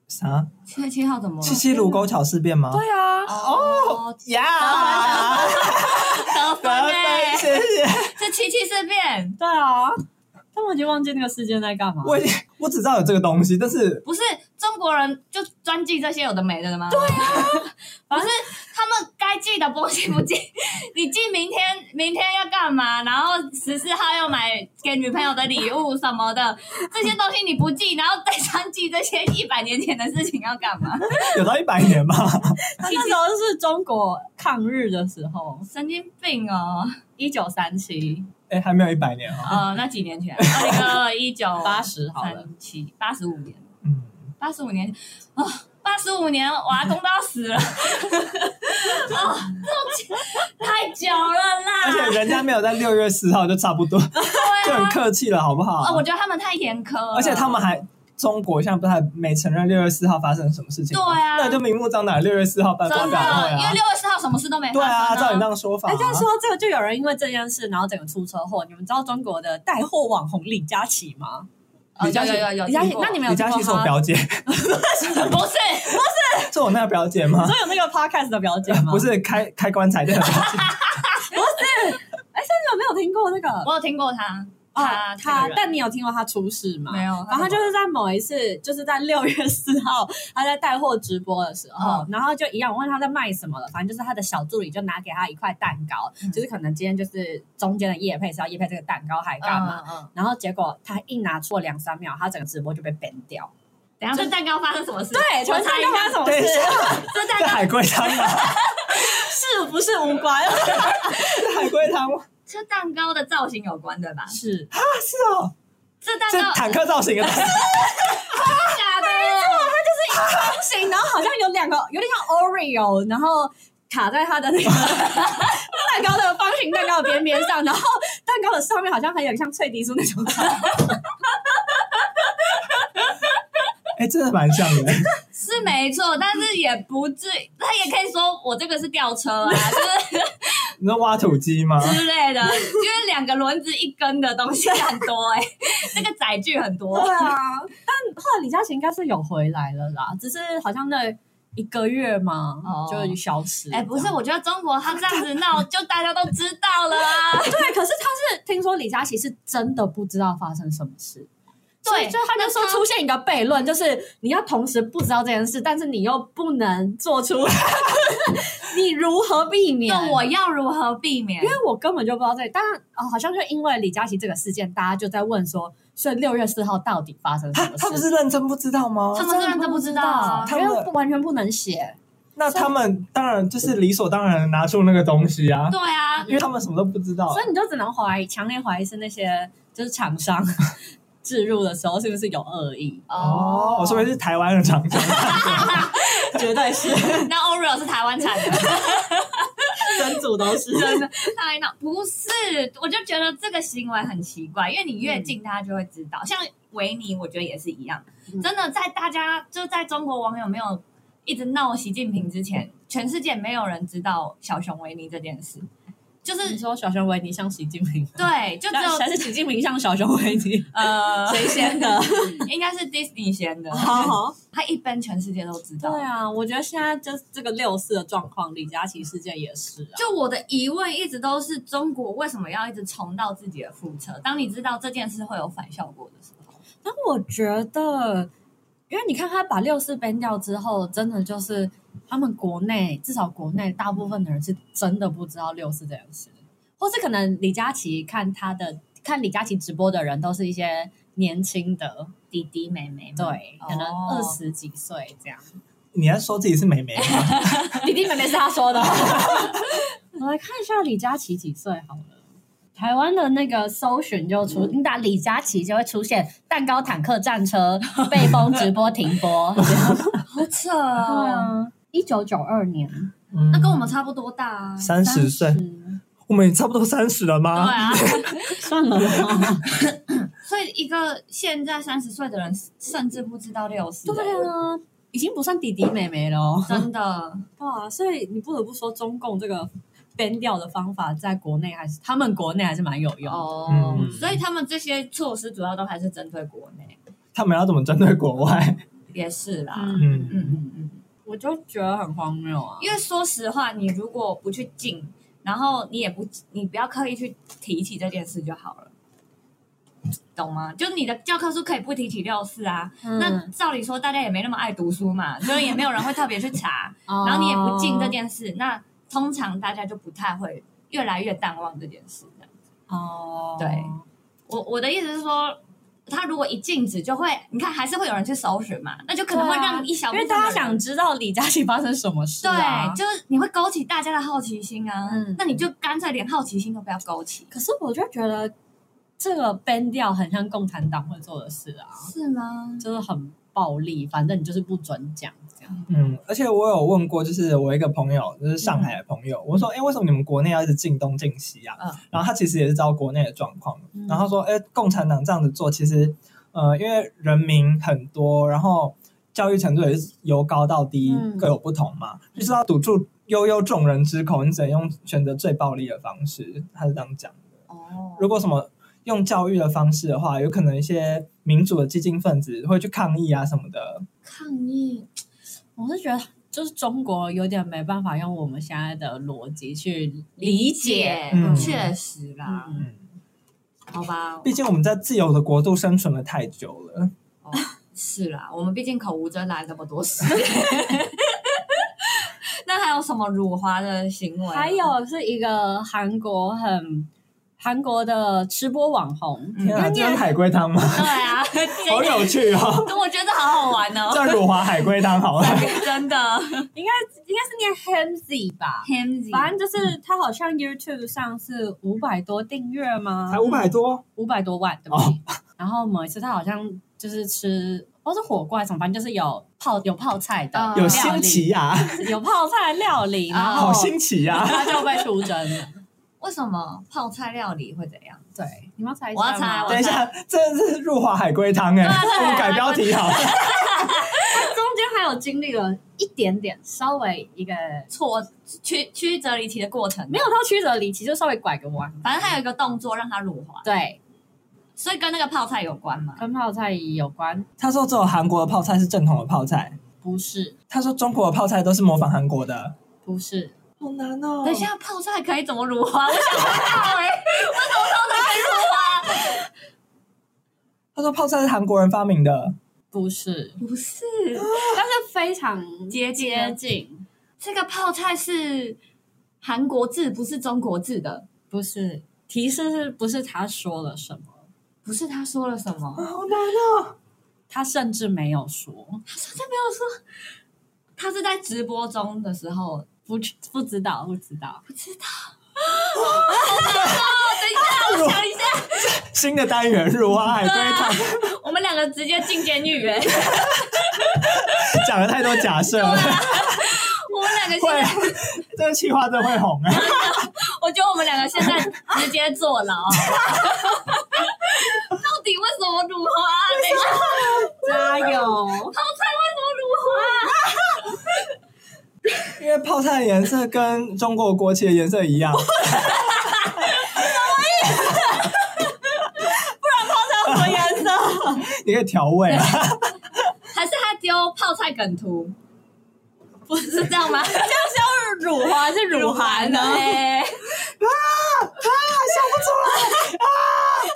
啥？
七月七号怎么了？
七七卢沟桥事变吗？
对啊，
哦，
呀，
得分
得
哎
分，谢谢。
是七七事变，
对啊，但我已经忘记那个事件在干嘛。
我已经我只知道有这个东西，但是
不是中国人就专记这些有的没的的吗？对啊，不是他们该记的东西不记， 你记明天明天要干嘛，然后十四号要买给女朋友的礼物什么的，这些东西你不记，然后再专记这些一百年前的事情要干嘛？
有到一百年吧。
他 那时候是中国抗日的时候，
神经病哦！
一九三七
哎，还没有一百年啊。
呃，那几年 前，二零二一九
八十好了，
三七八十五年，
嗯，
八十五年啊，八十五年，我阿公都要死了啊！这种太久了啦，
而且人家没有在六月四号就差不多，就很客气了，好不好？
哦，我觉得他们太严苛了，
而且他们还中国现在不是还没承认六月四号发生什么事情吗？
对啊
那就明目张胆六月四号办
真
发
的，
表会
因为
啊。
六月四号什么事都没
对啊，
发
照
生
你那
啊。
样说法、
哎，这样说这个就有人因为这件事，然后整个出车祸。你们知道中国的带货网红李佳琦 吗？
哦
李佳
有
琦
有有有
李佳
听
琦，
过，
那你们有
李
听
佳
过
琦是我
他？
表姐，
不是
是我那个表姐吗
所？以有那个 podcast 的表姐吗？
不，是开开棺材的表姐，
那你们没有听过那个？
我有听过他，
啊，
他这
他
个，人
但你有听过他出事吗？
没有，
然后他就是在某一次，就是在六月四号，他在带货直播的时
哦
候，然后就一样我问他在卖什么了，反正就是他的小助理就拿给他一块蛋糕，
嗯
就是可能今天就是中间的叶配是要叶配这个蛋糕还
嗯
干嘛？？
嗯嗯
然后结果他一拿错两三秒，他整个直播就被 ban 掉。
等一下这蛋糕发生什么事？
对，全
我
世
猜
界
一下
发生什么
等一
事？
这蛋
是
糕
海龟汤吗？
是不是无关？
是海龟汤吗？
这蛋糕的造型有关对吧？
是
啊，是哦，
这蛋
是
糕
坦克造型的，
假的，
不行，然后好像有两个，有点像 Oreo，然后卡在它的 那个蛋糕的方形蛋糕的边边上，然后蛋糕的上面好像还有像脆皮酥那种。
哎、真的蛮像的。
是没错，但是也不至于，他也可以说我这个是吊车啊，就是
你说挖土机 吗？
之类的，就是两个轮子一根的东西很多 哎、这个
啊
载具很多。
啊，但后来李佳琦应该是有回来了啦，只是好像那一个月嘛，
哦
就消失。
哎，不
这
是，
样
我觉得中国他这样子闹，就大家都知道了啊。
对，可是他是听说李佳琦是真的不知道发生什么事。 所以
对
就他就说出现一个悖论，就是你要同时不知道这件事，但是你又不能做出， 你如何避免？
那我要如何避免
因？为我根本就不知道这里，当然哦，好像就因为李佳琦这个事件，大家就在问说，所以六月四号到底发生什
他
么事？
他们是认真不知道吗？
他们真的不知道啊
因为不完全不能写，
那他们当然就是理所当然地拿出那个东西啊，
对啊，
因为他们什么都不知道
所。以你就只能怀疑，强烈怀疑是那些就是厂商置入的时候是不是有恶意？
哦，我说的是台湾的厂商，
绝对是，
那 Oreo 是台湾产的，
整组都是。
真的太闹。不是，我就觉得这个行为很奇怪，因为你越近他就会知道。像维尼，我觉得也是一样，
嗯
真的在大家就在中国网友没有一直闹习近平之前，全世界没有人知道小熊维尼这件事，就是
你说小熊维尼像习近平吗，
对，啊就只
那
有
还是习近平像小熊维尼？
呃，
谁先的？
应该是 Disney 先的，
好好，
他一般全世界都知道
对。啊，我觉得现在就是这个六四的状况，李佳琦事件也是啊。
就我的疑问一直都是，中国为什么要一直重蹈自己的覆辙？当你知道这件事会有反效果的时候，
但我觉得，因为你看他把六四 ban 掉之后，真的就是他们国内至少国内大部分的人是真的不知道六四这件事，或是可能李佳琦看他的看李佳琦直播的人都是一些年轻的，
弟弟妹妹们
对，可能
哦
二十几岁这样。
你还说自己是美眉吗？
弟弟妹妹是他说 的。我来看一下李佳琦几岁好了。台湾的那个搜寻就出，你打李佳琦就会出现蛋糕坦克战车被封直播停 播。
好扯哦。
嗯，一九九二年，
那
那
跟我们差不多大啊，
嗯三十岁，我们也差不多三十了
对
吗？
啊。
算了吧。
所以一个现在三十岁的人，甚至不知道六十，
对啊，已经不算弟弟妹妹了哦。
真的
对啊，所以你不得不说，中共这个 ban 掉的方法，在国内还是他们国内还是蛮有用的。
哦
嗯。
所以他们这些措施主要都还是针对国内，
他们要怎么针对国外？
也是啦。嗯
嗯，
嗯嗯嗯。
我就觉得很荒谬啊。
因为说实话，你如果不去进，然后你也不你不要刻意去提起这件事就好了，懂吗？就你的教科书可以不提起六四啊，
嗯
那照理说大家也没那么爱读书嘛，所以也没有人会特别去查，
那
然后你也不进这件事，那通常大家就不太会越来越淡忘这件事。这样
哦，
对我我的意思是说。他如果一禁止，就会你看还是会有人去搜寻嘛，那就可能会
对啊
让一小部
因
分
为大家
的人
想知道李佳琦发生什么事、啊，
对，。就是你会勾起大家的好奇心啊。
嗯
那你就干脆连好奇心都不要勾起，
可是我就觉得这个 ban 掉很像共产党会做的事啊，
是吗？
就是很暴力，反正你就是不准讲这样。
嗯，而且我有问过，就是我一个朋友，就是上海的朋友，我说，哎、为什么你们国内要一直进东进西啊？
嗯
然后他其实也是知道国内的状况，
嗯
然后他说，哎、共产党这样子做，其实，呃，因为人民很多，然后教育程度也是由高到低、
嗯
各有不同嘛，就是要堵住悠悠众人之口，你只能用选择最暴力的方式，他是这样讲的。
哦
如果什么用教育的方式的话，有可能一些民主的激进分子会去抗议啊什么的，
抗议，
我是觉得。就是中国有点没办法用我们现在的逻辑去理解，
嗯
确实啦，
嗯
嗯。
好吧，
毕竟我们在自由的国度生存了太久了，
是啦，我们毕竟口无遮拦这么多事。 那还有什么辱华的行为？
还有是一个韩国很韩国的吃播网红，
嗯
天啊，这是海龟汤 吗？
对 啊，
好有趣 哦，
我觉得好好玩哦，
叫辱华海龟汤好了。
真的。
应该是念 Hamzy 吧，
Hamzy，
反正就是他好像 YouTube 上是五百多订阅吗？
才五百多，
五百多万，对不起。 然后某一次他好像就是吃，不知道是火锅还是什么，反正就是有泡有泡菜的料
嗯
理，
有新奇呀、
有泡菜料理，
哦
然后
好新奇呀、
他就被出征了。
为什么泡菜料理会怎样？
对，你们要猜一
我要
下吗
猜我
等一下，真的是入华海龟汤
对
哎、
对
我们改标题好了。
中间还有经历了一点点，稍微一个
错曲曲折离奇的过程，
没有到曲折离奇，就稍微拐个弯。
反正他有一个动作让他辱华，
对，
所以跟那个泡菜有关嘛？
跟泡菜有关。
他说只有韩国的泡菜是正统的泡菜，
不是，
他说中国的泡菜都是模仿韩国的，
不是。
好难哦
等一，下，泡菜可以怎么乳化？我想不到哎、
他说泡菜是韩国人发明的，
不是，
不是，
但是非常
接
接
接
近，
这个泡菜是韩国字，不是中国字的，
不是提示是不是他说了什么？
不是他说了什么，
好难哦。
他甚至没有说，
他说他没有说，他是在直播中的时候。
不不知道，不知道，
我想一下，
新的单元入蛙海龟 汤，
我们两个直接进监狱哎、
讲了太多假设了，
我们两个现
会啊
在，
这个企划真会红啊！
我觉得我们两个现在直接坐牢。 到底为什么辱华？啊等一下，
加油！
啊
因为泡菜的颜色跟中国国旗的颜色一样，
什么 颜色？
你可以调味啊。
还是他丢泡菜梗图？不是这样吗？
乳滑是乳寒 呢？
啊啊！想不出来啊！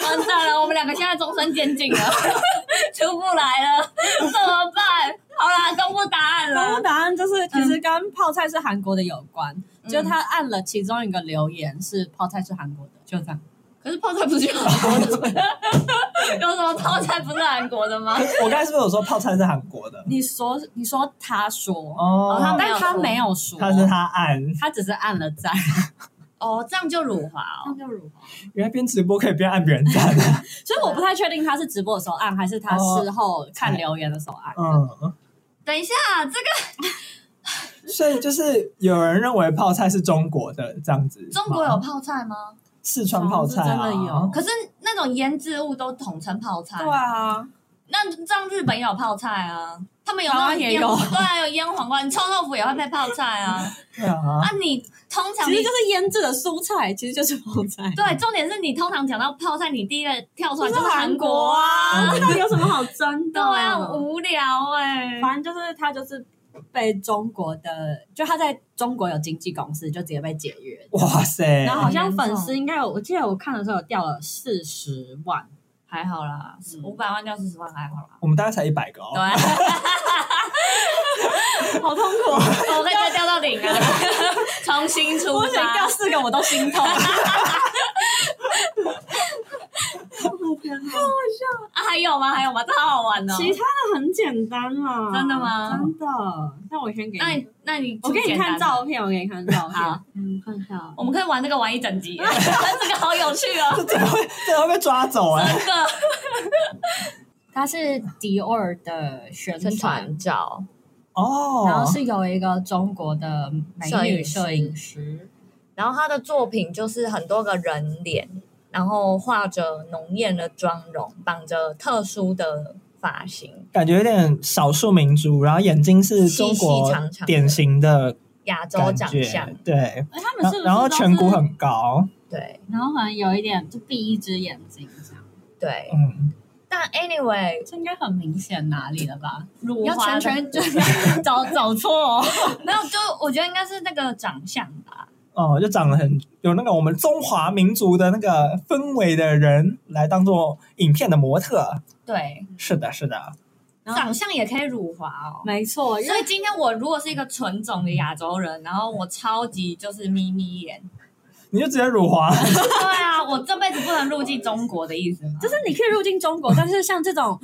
完蛋了，我们两个现在终身监禁了， 出不来了，怎么办？好啦，公布答案
然后
了。
答案就是，其实跟泡菜是韩国的有关，就是他按了其中一个留言是泡菜是韩国的，就这样。
可是泡菜不是韩国的吗？ 有什么泡菜不是韩国的吗？
我刚才是不是有说泡菜是韩国的？
你说，你说他说，
哦，
他没有
但他哦
说
没有说，
他是他按，
他只是按了赞，
哦，这样就辱华哦。
就乳滑。
原来边直播可以边按别人赞。
所以我不太确定他是直播的时候按，还是他事后看留言的时候按。
嗯，
等一下，这个
所以就是有人认为泡菜是中国的这样子。
中国有
吗
泡菜吗？
四川泡菜啊？
真的有
可是那种腌制物都统称泡菜。
啊，
那这样日本也有泡菜啊，他们有
台
那
湾
种
也
腌
有
对啊，有腌黄瓜，你臭豆腐也会配泡菜 啊。
对啊
啊，，你通常
其
你
实就是腌制的蔬菜，其实就是泡菜。
对，重点是你通常讲到泡菜，你第一个跳出来
就
就是是韩
韩
国
国
啊。
啊，这到底有什么好争的？
对啊，无聊哎、
反正就是他就是被中国的，就他在中国有经纪公司，就直接被解约。
哇塞
然！后好像粉丝应该有，我记得我看的时候有掉了四十万，
还好啦，五百万掉四十万还好啦。
我们大概才一百 个哦，
对，啊
好痛 苦啊！
我可以再掉到零啊， 重新出
我想掉
发。
四个我都心 痛。
啊，还有吗？还有吗？这好好玩哦。
其他的很简单啦，
真的吗
真的。那我先给
那
你，
你那你
我给你
简单
看
的
照片，我给你看照片。
好，
嗯，看一下。
我们可以玩这个玩一整集，啊 这个好有趣哦，
这会这会被抓走 哎。
真的。
它是迪奥的宣
宣传照，
哦，
然后是有一个中国的美女摄
摄
影
影
师，
然后他的作品就是很多个人脸，然后画着浓艳的妆容，绑着特殊的发型，
感觉有点少数民族，然后眼睛是中
细
国
细长长的
典型的
亚洲
感
长
觉
相，，
对，
哎，他们
然
是不
后
是
然后
都
颧骨
是，
很高，
对
然后可能有一点就闭一只眼睛这样，
对。
嗯，
但 anyway，
这应该很明显哪里了吧？
辱
你要
华
全
的
全就是 找找错哦，
没有，就我觉得应该是那个长相吧。
哦，就长得很有那个我们中华民族的那个氛围的人来当做影片的模特，
对，
是的，是的，
然后
长相也可以辱华哦。
没错，因
所
为
以今天我如果是一个纯种的亚洲人，然后我超级就是眯眯 眼，
你就直接辱华，
对啊，我这辈子不能入境中国的意思吗？
就是你可以入境中国，但是像这种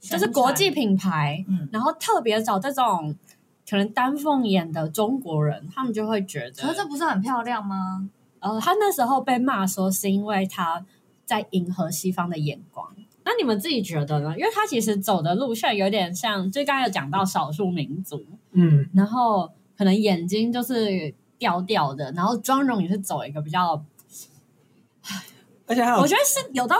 就是国际品牌，
嗯
然后特别找这种可能丹凤眼的中国人，他们就会觉
可是这
得，
不是很漂亮吗？
呃，他那时候被骂说是因为他在迎合西方的眼光。那你们自己觉得呢？因为他其实走的路线有点像，就刚刚有讲到少数民族，
嗯，
然后可能眼睛就是吊吊的，然后妆容也是走一个比较，
而且还有
我觉得是有到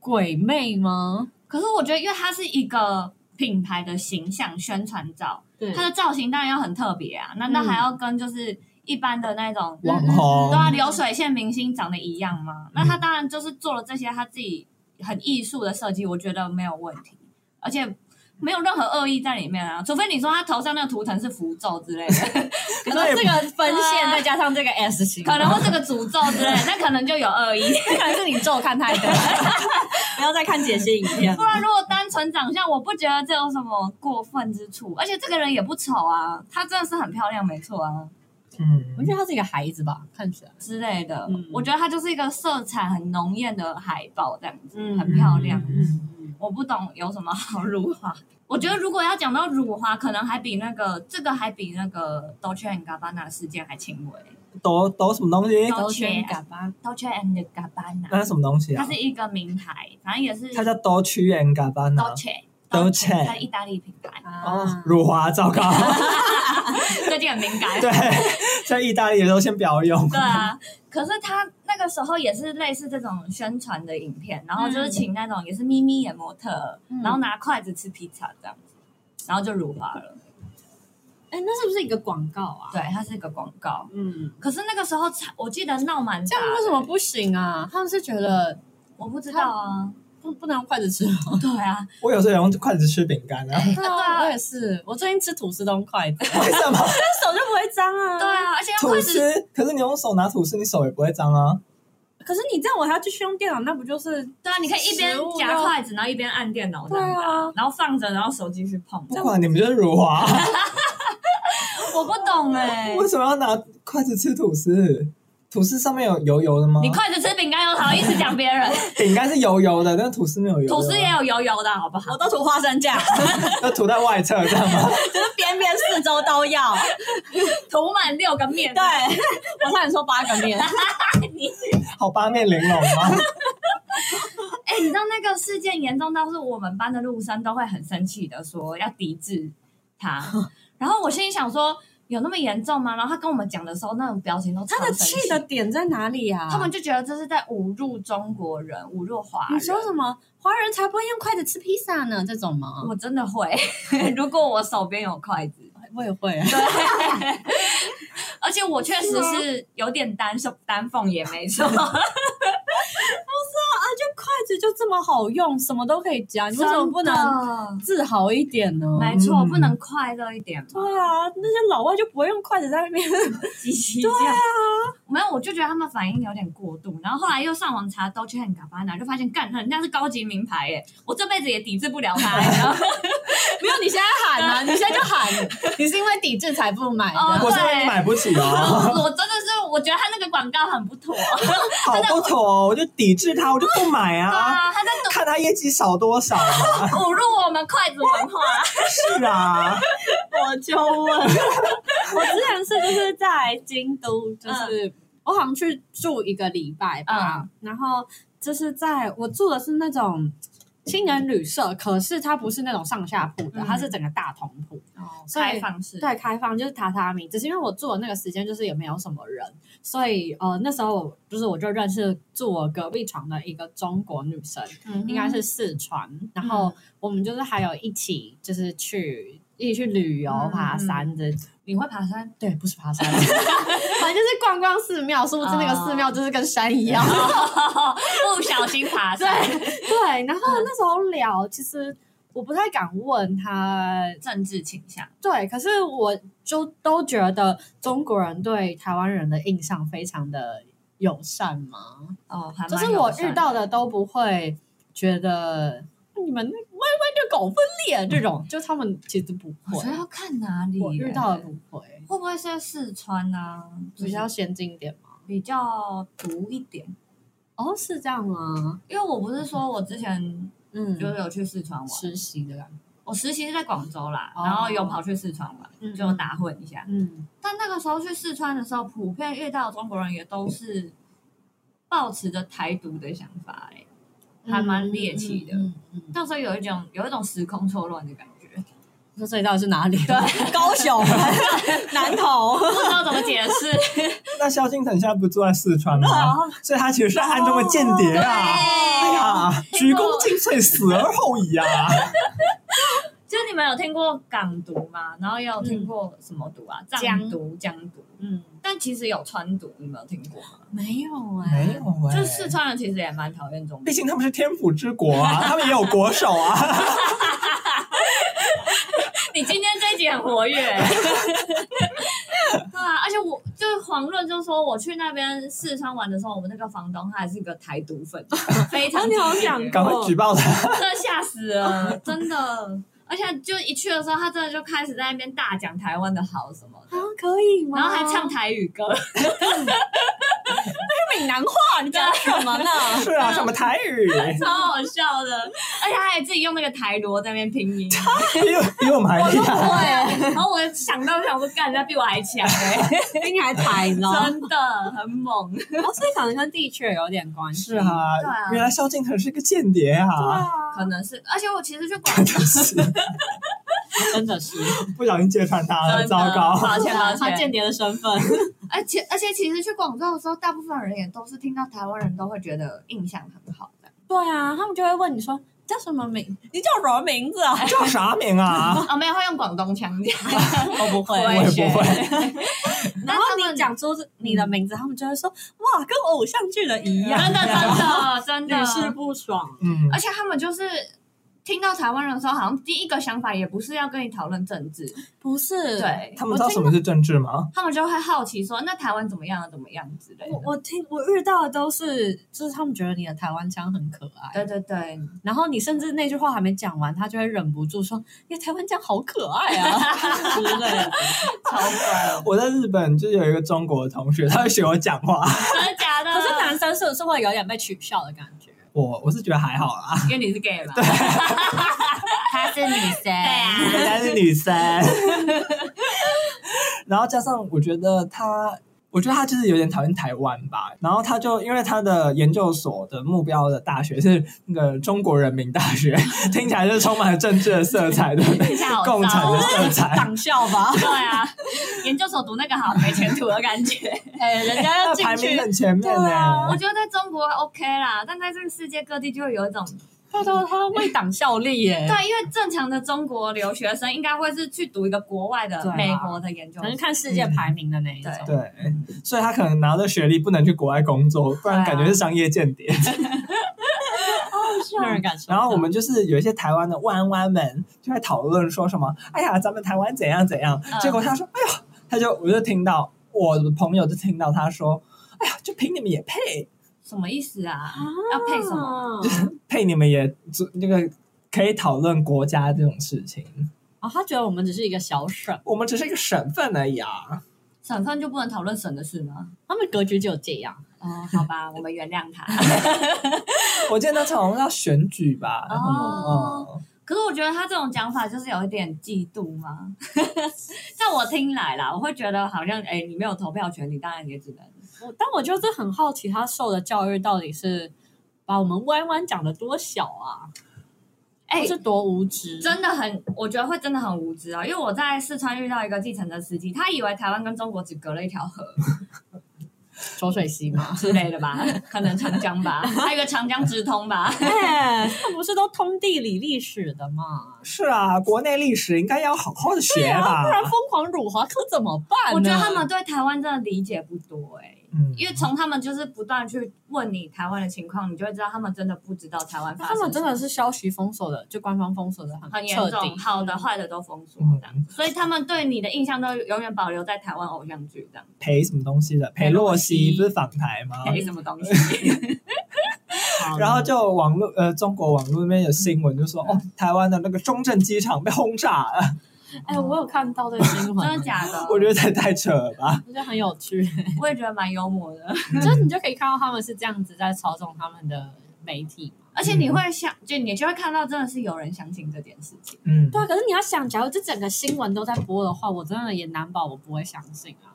鬼魅吗？
可是我觉得，因为它是一个品牌的形象宣传照，
对
它的造型当然要很特别啊，难道
嗯
还要跟就是一般的那种
网红
对啊，流水线明星长得一样吗？那
嗯
他当然就是做了这些他自己很艺术的设计，我觉得没有问题。而且没有任何恶意在里面啊，除非你说他头上那个图腾是符咒之类的，
可是这个分线
啊
再加上这个 S 型，
可能会是个诅咒之类的，那可能就有恶意。
可能是你咒看太 多，
不要再看解析影片
不。然如果单纯长相，我不觉得这有什么过分之处，而且这个人也不丑啊，她真的是很漂亮，没错啊
嗯
我觉得他是一个孩子吧，看起来
之类的。
嗯
我觉得她就是一个色彩很浓艳的海报这样子，
嗯
很漂亮。
嗯，
我不懂有什么好辱华。我觉得如果要讲到辱华，可能还比那个这个还比那个 Dolce and Gabbana 事件还轻微。
抖抖什么东西？
高
圈
圈
嘎巴，
Dolce and
那
Gabbana，
是什么东西
它
啊
是？一个名牌，反正也是
它叫多曲眼嘎巴呢。
Dolce。
Dolce
它是意大利品牌，
啊嗯
哦，辱华糟 糕，
最近很敏感。
对，在意大利的时候先不要用。
对啊，可是他那个时候也是类似这种宣传的影片，然后就是请那种也是咪咪演模特，然后拿筷子吃披萨这样子，然后就辱华了。
哎，那是不是一个广告啊？
对，它是一个广告。
嗯，
可是那个时候才，我记得闹蛮
这
大的。
样为什么不行啊？他们是觉得
我不知道啊。
不不能用筷子吃吗？
对啊，
我有时候也用筷子吃饼干啊，
对啊， 我也是，我最近吃吐司都用筷子，
为什么？
手就不会脏啊。
对啊，而且用
吐
筷子，
司，可是你用手拿吐司，你手也不会脏啊。
可是你这样我还要继续用电脑，那不就是
对啊，你可以一边
食物
夹
要
筷子，然后一边按电脑这
对
样子啊，
啊？
然后放着，然后手继续碰。
不管你们就是辱华，
我不懂哎、
为什么要拿筷子吃吐司？吐司上面有油油的吗？
你筷子吃饼干有好意思讲别人？
饼干是油油的，但吐司没有油。
吐司也，有油油的好不 好？
我都涂花生酱，
要涂在外侧，知道 吗？
就是边边四周都要。
涂满六个面，
对，我差点说八个面。
好八面玲珑吗？
哎、你知道那个事件严重到是我们班的陆生都会很生气的说要抵制他，然后我心里想说有那么严重吗？然后他跟我们讲的时候，那种表情都超
他的
生
气的，点在哪里啊？
他们就觉得这是在侮辱中国人，侮辱华人。
你说什么华人才不会用筷子吃披萨呢？这种吗？
我真的会， 如果我手边有筷子，
我也会，
而且我确实是有点单手单缝也没错，
筷子就这么好用，什么都可以夹，你为什么不能
能？
自豪一点呢？
没错，
嗯
不能快乐一点吗？
对啊，那些老外就不会用筷子在那边。
鸡鸡对啊，没有，我就觉得他们反应有点过度，然后后来又上网查 Dolce and Gabbana，就发现干，人家是高级名牌耶，我这辈子也抵制不了他。然后
没有，你现在喊 啊！你现在就喊，你是因为抵制才不买的。
哦
我是你买不起哦，
我 真的是，我觉得他那个广告很不妥。
好不妥哦，我就抵制他，我就不买
对
啊，
啊，他在努
看他业绩少多少嘛。
侮辱我们筷子文化。
是啊，
我就
啊
问，
我之前是就是在京都，
嗯
就是、我好像去住一个礼拜吧，
嗯
然后就是在我住的是那种青年旅社，可是它不是那种上下铺的，
嗯
它是整个大通铺，所以
开放式，
对，开放就是榻榻米。只是因为我住的那个时间就是也没有什么人，所以呃那时候我就是我就认识住我隔壁床的一个中国女生，
嗯
应该是四川，然后我们就是还有一起就是去一起去旅游、
嗯
爬山的
你会爬山，
对，不是 爬山，反正就是逛逛寺庙，殊不知那个
哦
寺庙就是跟山一 样。
不小心爬
对
山。
对，然后那时候聊，其实我不太敢问他，
政治倾向，
对，可是我就都觉得中国人对台湾人的印象非常的友善嘛，
哦，还蛮
就是
友
我
善
遇到的都不会觉得你们那歪歪就搞分裂这种，就他们其实不
我觉得
会，
要看哪里耶，
我遇到的不会，
会不会是在四川啊？
比较先进一点嘛。
比较毒一点，
哦，是这样吗？
因为我不是说我之前
嗯，
就是有去四川玩，
实习的感觉。
我实习是在广州啦，
哦
然后有跑去四川玩，
嗯
就打混一下。
嗯，
但那个时候去四川的时候，普遍遇到的中国人也都是抱持着台独的想法、欸，还蛮猎奇的。
嗯嗯嗯
那时候有一种有一种时空错乱的感觉，
你说这里到底是哪里？啊对，
高雄、南投，
不知道怎么解释。
那萧敬腾现在不住在四川吗？
哦
所以他其实是暗中的间谍啊！哎呀，鞠躬尽瘁，死而后 已啊！
就是你们有听过港独吗？然后也有听过什么独啊？藏独、江独。
嗯，
但其实有川独，你们有听过吗？
没有哎、
没有哎，
就是四川人其实也 蛮讨厌中国人的
毕竟他们是天府之国啊，他们也有国手啊。
己很活 跃、对啊，而且我就是黄润就说，我去那边四川玩的时候，我们那个房东他还是个台独粉，非常
哦你好
激烈
想
赶快举报他！
真的吓死了，真的。而且就一去的时候，他真的就开始在那边大讲台湾的好什么
啊
的，
可以吗？
然后还唱台语歌，
闽南话，你讲什么呢？
是啊，什么台语，
超好笑的。而且他还自己用那个台罗在那边拼音，
比比我们还厉
哦
害。
对，
然后我想到想说，干人家比我还强哎、
比你还抬呢。
真的很猛。
哦，所以可能跟地区有点关系。
是啊
对啊，
原来萧敬腾是个间谍啊！
可能是，而且我其实去 广州，
真的 是，
不小心揭穿他了，
真的
糟糕！
抱歉抱
他
歉。
间谍的身份，
而且而且其实去广州的时候，大部分人也都是听到台湾人都会觉得印象很好的。
对啊，他们就会问你说你叫什么名？你叫什么名字啊？
叫啥名 啊？
哦，没有，会用广东腔 讲，
我不会
我也不会。
然
然
后
后
你讲出你的名字，他们就会说哇，跟偶像剧的一样，
真的真的真
屡试
的，
不爽。
嗯
而，且他们就是。听到台湾人的时候，好像第一个想法也不是要跟你讨论政治，
不是，
对
他们知道什么是政治吗？
他们就会好奇说，那台湾怎么样，怎么样之类
我
的。
我听我遇到的都是，就是他们觉得你的台湾腔很可
对
爱，
对对，
然后你甚至那句话还没讲完，他就会忍不住说你的台湾腔好可爱 啊之类的。
超乖，
我在日本就有一个中国同学，他会学我讲话，
真的假的？
可是男生是不是会有点被取笑的感觉？
我我是觉得还好啦，
因为你是 gay 嘛，对
她是女生，
啊，
人家是女生， 然后加上我觉得他。我觉得他就是有点讨厌台湾吧，然后他就因为他的研究所的目标的大学是那个中国人民大学， 听起来就充满了政治的色彩，对不对？
一下好糟
共产的色 彩，
党校吧，
对啊，研究所读那个好没前途的感觉。
哎，人家
他
要进
排名
去，
很前面呢、
对啊
我觉得在中国 OK 啦，但在这个世界各地就会有一种
拜托他为党效力耶。
对，因为正常的中国留学生应该会是去读一个国外
对
的
啊
美国的研究
可能
所。
看世界排名的那一种，
嗯
对，所以他可能拿着学历不能去国外工作，不然感觉是商业间谍。
让人感受到。
然后我们就是有一些台湾的弯弯们就在讨论说什么，哎呀，咱们台湾怎样怎样。
嗯
结果他说，哎呀，他就我就听到我的朋友就听到他说，哎呀，就凭你们也配，
什么意思啊？要配什么？
么？
配你们也足那个可以讨论国家这种事情，
哦，他觉得我们只是一个小省，
我们只是一个省份而已啊。
省份就不能讨论省的事吗？
他们格局就这样。
哦，好吧，我们原谅他。
我记得那次好像要选举吧，
哦
嗯，
可是我觉得他这种讲法就是有一点嫉妒 嘛，在我听来啦，我会觉得好像哎、你没有投票权，你当然也只能
我但我就是很好奇，他受的教育到底是把我们弯弯讲的多小啊，
哎、
是多无知？
真的很，我觉得会真的很无知啊！因为我在四川遇到一个计程车司机，他以为台湾跟中国只隔了一条河
浊水溪吗？
之类的吧， 可能长江吧，还有个长江直通吧。
哎，他们不是都通地理历史的吗？
是啊，国内历史应该要好好的学吧。
不然疯狂辱华 可啊怎么办呢？
我觉得他们对台湾真的理解不多哎、
嗯
因为从他们就是不断去问你台湾的情况，你就会知道他们真的不知道台湾发
他
生什么。
们真的是消息封锁的，就官方封锁的
很
很
严
彻底嗯
重，。好的坏的都封锁这
嗯
样，所以他们对你的印象都永远保留在台湾偶像剧这样。
陪什么东西的？陪洛西不是访台吗？
哎，什么东 西？
好
然后就网络呃，中国网络那边有新闻就说，哦，台湾的那个中正机场被轰炸了，
哎，我有看到这个新闻，啊
真的假的？
我觉得这也太扯了吧。
我觉得很有趣。
我也觉得蛮幽默的。
就是你就可以看到他们是这样子在操纵他们的媒体嘛。
而且你会想，就你就会看到真的是有人相信这件事情。
嗯，
对啊，可是你要想，假如这整个新闻都在播的话，我真的也难保我不会相信啊。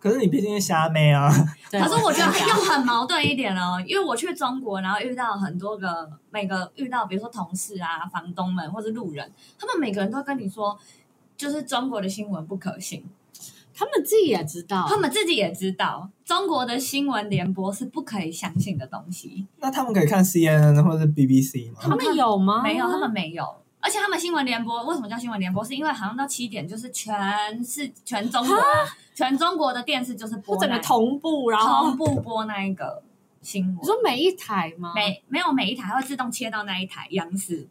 可是你毕竟是虾妹啊，
对
可是我觉得又很矛盾一点哦，因为我去中国，然后遇到很多个每个遇到，比如说同事啊、房东们或者路人，他们每个人都跟你说，就是中国的新闻不可信，
他们自己也知
啊
道，
他们自己也知道，中国的新闻联播是不可以相信的东西。
那他们可以看 CNN 或者是 BBC
他
吗？
们有吗？
没有，他们没有。哦而且他们新闻联播为什么叫新闻联播？是因为好像到七点，就是全是全中国全中国的电视就是播
就整个
那一
同步，然后
同步播那一个，
新
你
闻。
说每一台吗？
每没有每一台它会自动切到那一台央视，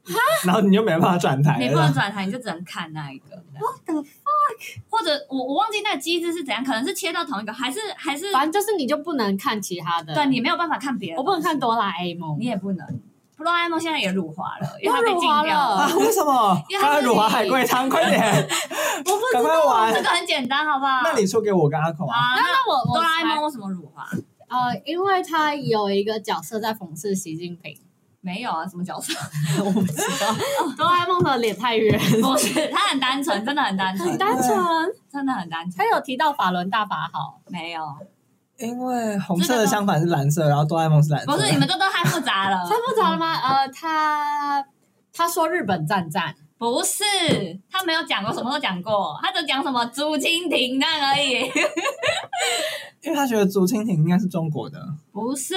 然后你就没办法转台
你
了。
不能转台，你就只能看那一个。What
the
fuck？或者我我忘记那个机制是怎样，可能是切到同一个，还是还是
反正就是你就不能看其他的。
对你没有办法看别人。
我不能看，哆啦 A 梦
你。也不能。哆啦 A 梦现在也辱华了，因为它被禁
它辱华
掉
了
啊？为什么
因？为它
他
是
辱华海龟汤，快点，
我不
赶快
这
玩。
个很简单，好不好？
那你说给我跟阿孔
好
啊？
啊，
那我
那
我
哆啦 A
猜
梦为什么辱华？
呃，因为他有一个角色在讽刺习近平，
没有啊，什么角色？
我不知道 哆啦 A 梦的脸太圆，
不是，他很单纯，真的很单纯，
很单纯。
真的很单纯。
他有提到法轮大法好，
没有？
因为红色的相反是蓝色，然后哆啦 A 梦是蓝色。
不是，你们这都太复杂了
猜。不着了吗？呃，他他说日本战战，
不是，他没有讲过，什么都讲过，他只讲什么竹蜻蜓那样而已。
因为他觉得竹蜻蜓应该是中国的。
不是，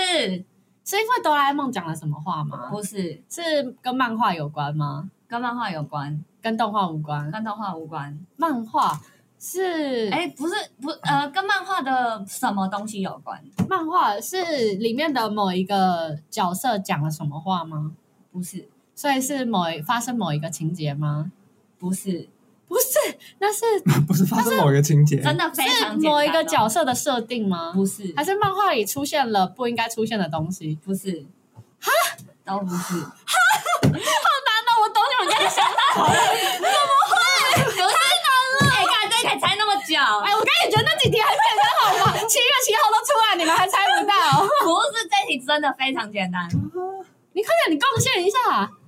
是因为哆啦 A 梦讲了什么话吗？
不是，
是跟漫画有关吗？
跟漫画有关，
跟动画无关？
跟动画无关。
漫画是哎、
哎，不是，不，呃，跟漫画的什么东西有关？
漫画是里面的某一个角色讲了什么话吗？
不是，
所以是某一发生某一个情节吗？
不是，
不是，那是
不是发生某个情节，
真的非常
是
简单哦。
某一个角色的设定吗？
不是，
还是漫画里出现了不应该出现的东西？
不是，哈，都不是。
啊那我懂你们在想。
不是哎，看这一台猜那么久，
哎，我刚才也觉得那几题很简单， 好吗？七月七号都出来，你们还猜不到？
不是这一题真的非常简单。
你快点，你贡献一下。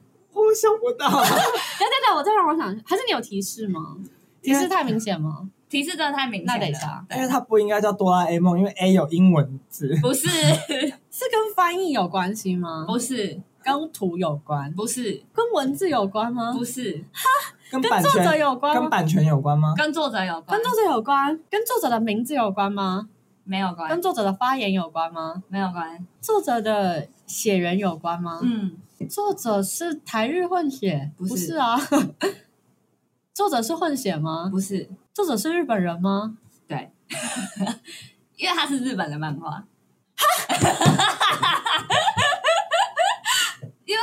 我想不到。
等等等，我再让我想，还是你有提示吗？提示太明显吗？
提示真的太明显了。
那等一下
因为它不应该叫哆啦 A 梦，因为 A 有英文字。
不是，
是跟翻译有关系吗？
不是，
跟图有关？
不是，
跟文字有关吗？
不是，
跟
跟
版
作者
权
有关
跟
吗？
版权有关吗？
跟作者有关
跟，作者有关？跟作者的名字有关吗？
没有关
跟，作者的发言有关吗？
没有关。
作者的血缘有关吗？
嗯，
作者是台日混血，
不是
不是啊？ 作者是混血吗？
不是，
作者是日本人吗？
因为它是日本的漫画。 因为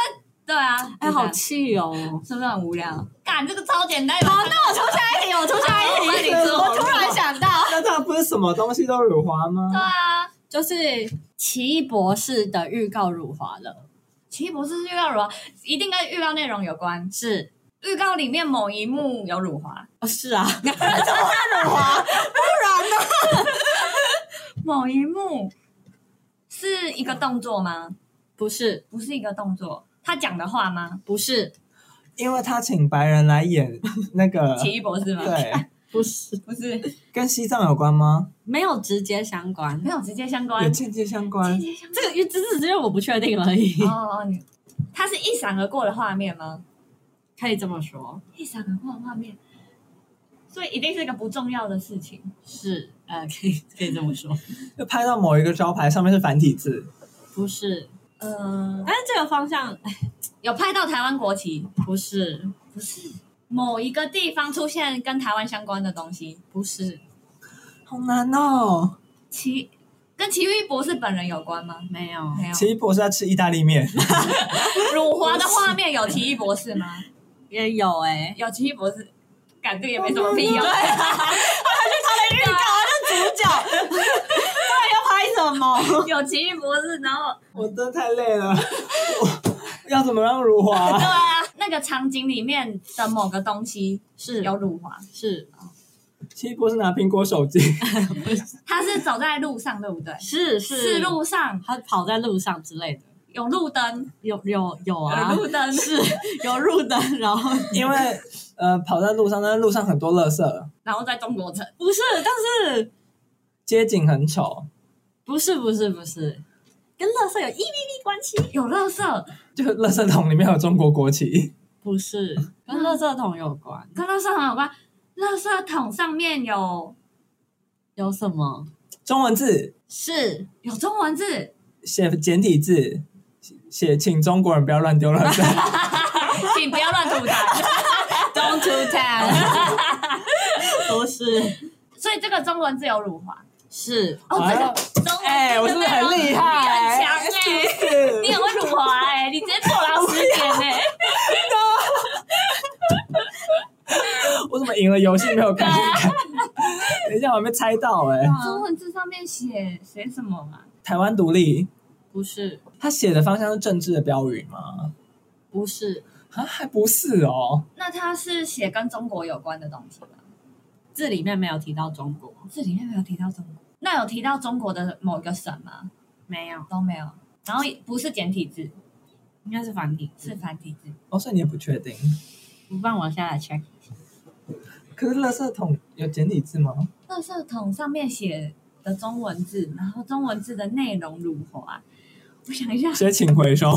对啊，就这样
气哦！
是不是很无聊？干，这个超简单。好，那
那我出下一哎题，我出下一
我帮
题
你。出
我突然想到，
那它不是什么东西都辱华吗
对？啊，
就是《奇异博士》的预告辱华了，
奇异博士是预告如何？一定跟预告内容有关。
是
预告里面某一幕有辱华，
哦，是啊，
某一幕是一个动作吗？
不是，
不是一个动作，他讲的话吗？
不是，
因为他请白人来演 那个，
奇异博士吗？
对，
不是，
不是，
跟西藏有关吗？
没有直接相关
没。有直接相
有
关。
间接相关。
这个只是只是我不确定而已，
哦哦，你它是一闪而过的画面吗？
可以这么说，
一闪而过的画面，所以一定是一个不重要的事情。
是 呃，可以可以这么说，
就拍到某一个招牌上面是繁体字，
不是，
嗯、
但是这个方向哎
有拍到台湾国旗，
不是，
不是某一个地方出现跟台湾相关的东西，
不是，
好难哦。
奇跟奇异博士本人有关吗？
没有，
没有。
奇异博士在吃意大利面，
辱华的画面有奇异博士吗？
也有哎、
有奇异博士，感觉也没什么屁用。
啊拍什么？
有奇异博士，然 后
我真的太累了。我要怎么让辱
对
华？
啊，那个场景里面的某个东西
是
有辱华，
是
奇异博士拿苹果手机，
他是走在路上，对不对？
是
是，路上
他跑在路上之类的，
有路灯，
有有有啊
有，路灯
是有路灯，然后，
因为呃跑在路上，但是路上很多垃圾，
然后在中国城
不是，但是
街景很丑，
不是不是不是，跟垃圾有一咪咪关系？
有垃圾，
就垃圾桶里面有中国国旗。
不是，跟垃圾桶有关，
跟垃圾很有关。垃圾桶上面有
有什么？
中文字
是
有中文字，
写简体字，写请中国人不要乱丢垃圾。
请不要乱吐痰。
Don't to ten，不是
所以这个中文字有辱华。
是
哦，这
哎
个中文字啊
呦哎我是不是很
你很
厉害
强哎 哎
赢了游戏没有看感。
啊
等一下，我还没猜到哎、
中文字上面写写什么嘛？
台湾独立，
不是，
他写的方向是政治的标语吗？
不是，
啊，还不是哦，
那它是写跟中国有关的东西吗？
字里面没有提到中国，
这里面没有提到中国，那有提到中国的某一个省吗？
没有，
都没有。然后也不是简体字，
应该是繁体字
是。繁体字。
哦，所以你也不确定。
不帮我下来 check，
可是垃圾桶有简体 字吗？
垃圾桶上面写的中文字，然后中文字的内容如何啊？我想一下，
写请回收。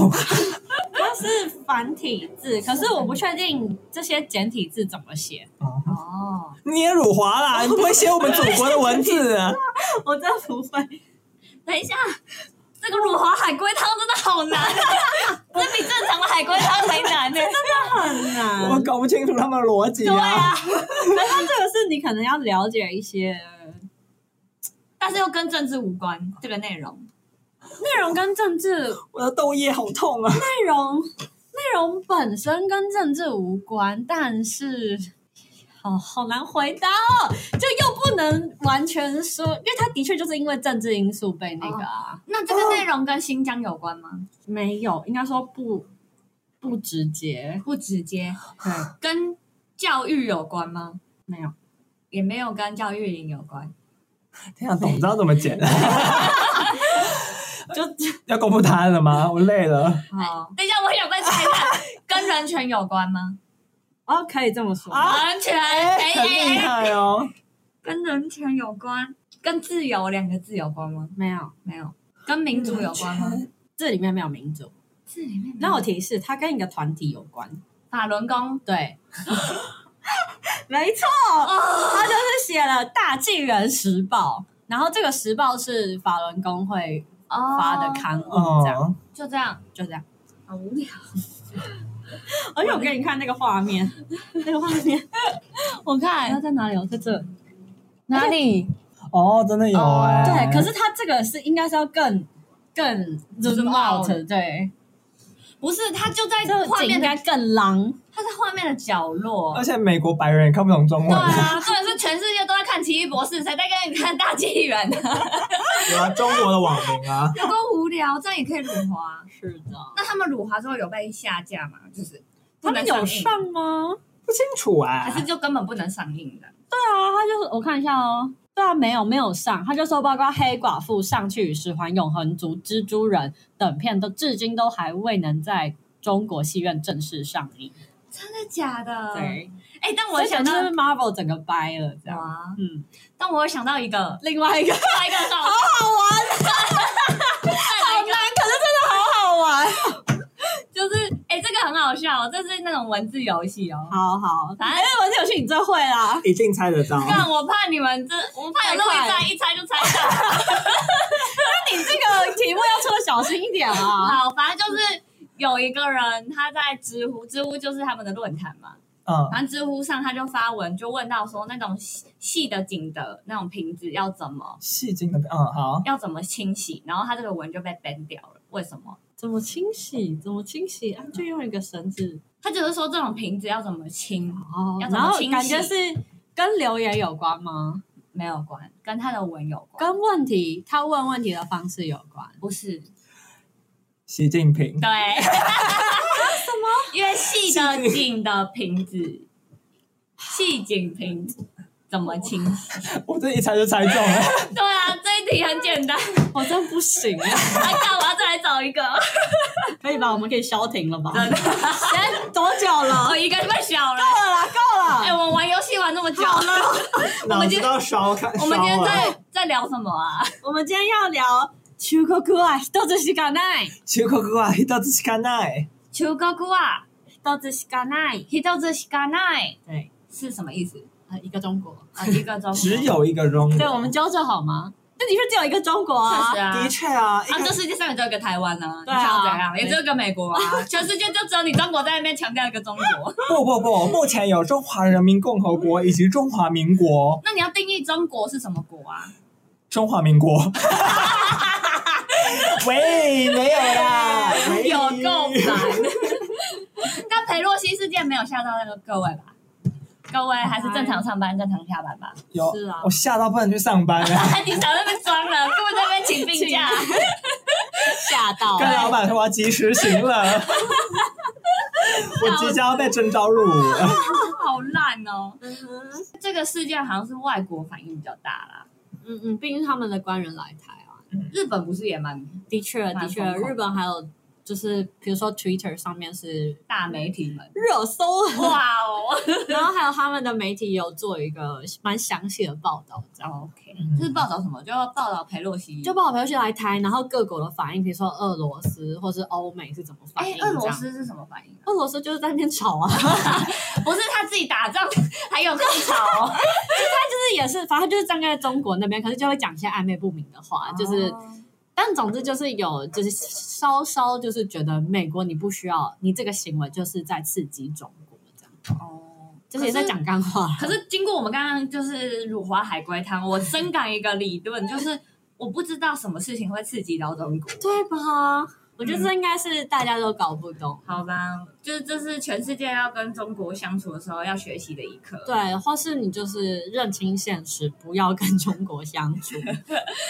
它是繁体字，可是我不确定这些简体字怎么写。
哦，
哦，
你也辱华啦！你不会写我们祖国的文字啊？
我真的不会，
等一下，这个辱华海龟汤真的好难 啊，这比正常的海龟汤还 难呢、
很
嗯
难。
我搞不清楚他们的逻辑啊。
这个是你可能要了解一些
但是又跟政治无关，这个内容
内容跟政治
我的痘液好痛啊！
内容内容本身跟政治无关，但是 好好难回答哦，就又不能完全说，因为它的确就是因为政治因素被那个啊，
那这个内容跟新疆有关吗？
没有，应该说不不直接，
不直接，
对，
跟教育有关吗？
没有，
也没有跟教育营有关。
天啊，懂知道怎 么剪了。
就
要公布答案了吗？我累了
好
哎等一下，我想再猜一下，哦 跟人权有关吗？
哦，可以这么说，
人权，哎
很厉
哎哎，
害哦。
跟人权有关，跟自由两个字有关吗？
没有，
没有，跟民主有关吗？
这里面没有民主。
这里面
那我提示，它跟一个团体有关，
法轮功
对。没错，他就是写了《大纪元时报》，然后这个时报是法轮功会
哦
发的
卡，
刊物，这样、
哦，
就这样，
就这样。
好无聊。哦
而且我给你看那个画 面，那个画面，我看它在哪里？我在这。
哪里？
哦，真的有
哦
哎。
对，可是它这个是应该是要更更 zoom
out
out，对，
不是，他就在
这个
画
景
面
应
的，
该更狼。
他在画面的角落
而。且美国白人也看不懂中
对
文，
啊，重点是全世界都在看《奇异博士》，谁在跟你看《大纪元》呢？
有啊，中国的网民啊。
有多无聊，这样也可以辱华。
是的，
那他们辱华之后有被下架吗？就是不
他
能
们有
映，
上吗？
不清楚哎、
啊还是就根本不能上映的？
对啊，他就是我看一下哦。对啊，没有没有上，他就说包括《黑寡妇》《上去与十环》《永恒族》《蜘蛛人》等片都至今都还未能在中国戏院正式上映。
真的假的？
对，
哎、但我
我
想
想
到
就是 Marvel 整个掰了这样。
哇，
嗯，
但我有想到一个，
另外一个
另外一个好好玩，再来一个，
好玩，
就是哎、这个很好笑、哦，这是那种文字游戏哦。
好好，反正文字游戏你最会啦。
一定猜得到。
但我怕你们这，我怕有那么一猜一猜就猜到。
你这个题目要出的小心一点啊。
好，反正就是有一个人他在知乎，知乎就是他们的论坛嘛。
嗯，
反正知乎上他就发文，就问到说那种细细的井的那种瓶子要怎么
戏精的，嗯，好，
要怎么清洗，然后他这个文就被 ban 掉了。为什么？
怎么清洗？怎么清洗？啊，就用一个绳子，
他只是说这种瓶子要怎么清，
哦
要怎
然
么
后
清洗
感觉是跟留言有关吗？
没有关，跟他的文有关，
跟问题，他问问题的方式有关。
不是
习近 平
对。什么？因为细的井的瓶子，细井瓶怎么清洗？
我这一猜就猜中了。
对啊，这一题很简单。
我真不行啊，
哎，看我要再来找一个，
可以吧？我们可以消停了吧？
真
现在多久了？
我一个太小了。
够了啦，够
哎、
了。
我们玩游戏玩那么久了， 我
脑
们
子
今
都要烧开，
我们今天
烧了。
在在聊什么啊？
我们今天要聊秋裤裤啊，豆子洗干奈，
奇怪怪，一到这是看奈，
秋高姑啊，
豆子洗干奈。
一到这西嘎奈
对，
是什么意思？
啊，一个中国。
啊，一个中国
只有一个中国。
对，我们纠正好吗？那的确只有一个中国啊。
确实啊
的。确啊，一
啊，
开
这世界上也只有一个台湾呢、啊，
对啊
你想要怎样？也只有一个美国啊，全世界就只有你中国在那边强调一个中国。
不不不，目前有中华人民共和国以及中华民国，
那你要定义中国是什么国啊？
中华民国。 喂，没有啦，没
有 够烦。那裴洛西事件没有吓到那个各位吧？各位还是正常上班，正常下班吧。哎
有
是啊
我吓到不能去上班啊了，
你少在那边装了，根本在那边请病假。
吓
哦
到
跟老板说我要及时行乐， 我即将要被征召入伍了。
好烂哦！
嗯
这个事件好像是外国反应比较大啦，
嗯嗯，毕竟他们的官员来台啊，
日本不是也蛮
的确
蛮
的确，
疯狂
日本还有就是比如说 Twitter 上面是
大媒体们？
热搜，啊
哇哦
然后还有他们的媒体有做一个蛮详细的报道，这样。
哦，OK，这是报道什么？就要报道裴洛西，
就不好朋友去来台，然后各国的反应，比如说俄罗斯或是欧美是怎么反
哎
应？，
俄罗
这样，
斯是什么反应啊？
俄罗斯就是在那边吵啊， 就
不是他自己打仗，还有更吵 哦，
是也是，反正就是站在中国那边，可是就会讲一些暧昧不明的话，就是但总之就是有，就是稍稍就是觉得美国你不需要，你这个行为就是在刺激中国，这样
哦，
就是也在讲干话。
可是经过我们刚刚就是辱华海龟汤，我深感一个理论，就是我不知道什么事情会刺激到中国。
对吧？我觉得这应该是大家都搞不懂，
好吧，就是这是全世界要跟中国相处的时候要学习的一课。，
对，或是你就是认清现实，不要跟中国相处，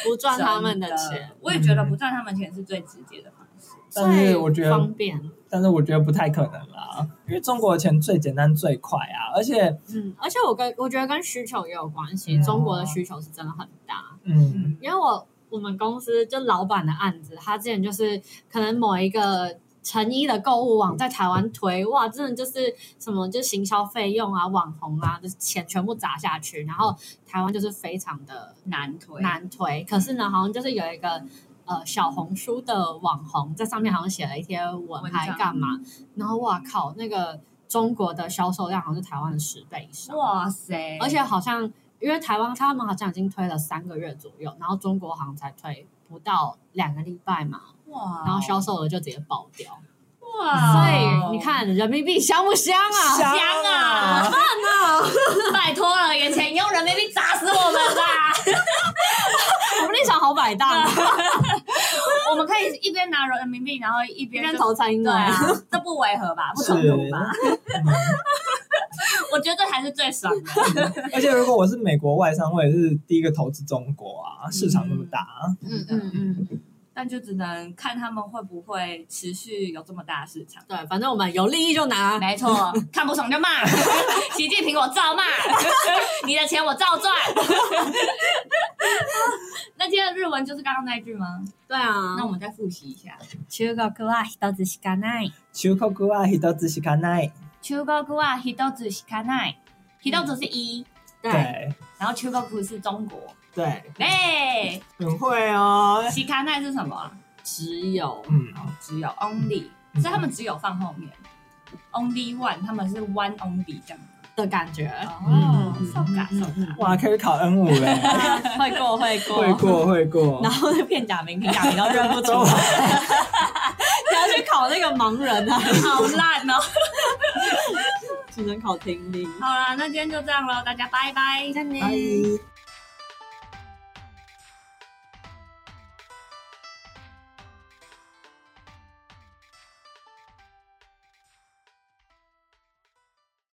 不赚他们的钱，，嗯
我也觉得不赚他们钱是最直接的方式。
但是我觉
最方
得，
便，
但是我觉得不太可能啦，因为中国的钱最简单最快啊，而且，
嗯，而且我跟我觉得跟需求也有关系，
嗯
中国的需求是真的很大，
嗯，
嗯，
因为我我们公司就老板的案子，他之前就是可能某一个成衣的购物网在台湾推，哇，真的就是什么就行销费用啊、网红啊，就是钱全部砸下去，然后台湾就是非常的
难推，
难推。可是呢，好像就是有一个呃小红书的网红在上面好像写了一些文
文章
还干嘛，然后哇靠，那个中国的销售量好像是台湾的十倍以上。
哇塞！
而且好像因为台湾他们好像已经推了三个月左右，然后中国好像才推不到两个礼拜嘛，
哇，
然后销售额就直接爆
哦
掉。所
哇，
以你看人民币香不香啊？
香
香啊，
啊，
拜托了，眼前用人民币砸死我们 吧！
我们立场好摆荡，
我们可以一边拿人民币，然后一
一
边
边
就
投餐饮
对啊
馆。，
这不违和吧？不
是
冲突吧？
嗯
我觉得这才是最爽的。
而且如果我是美国外商，我也是第一个投资中国啊，市场那么大，
嗯嗯嗯，
但就只能看他们会不会持续有这么大的市场。
对，反正我们有利益就拿。
没错，看不爽就骂， 习近平我照骂， 你的钱我照赚。 那今天的日文就是刚刚那一句吗？
对啊
那，我们再复习一下。
中国は一つしかない。
中国は一つしかない。
中国は一つしかない，一つ是一，
对，
然后中国是中国。
对，
哎，
很会哦。
しかない是什么啊？
只有
嗯，
只有 only，
嗯
所以他们只有放后面。Only one，他们是 one only 这样。
的感觉。
哦
嗯，
受嘎受嘎。
哇，可以考 N 五嘞，
会过会过
会过会过
然。后那片假名、平假名都认不出来，你要去考那个盲人啊，
好烂哦！
只能考听力。
好啦，那今天就这样喽，大家拜拜。
拜。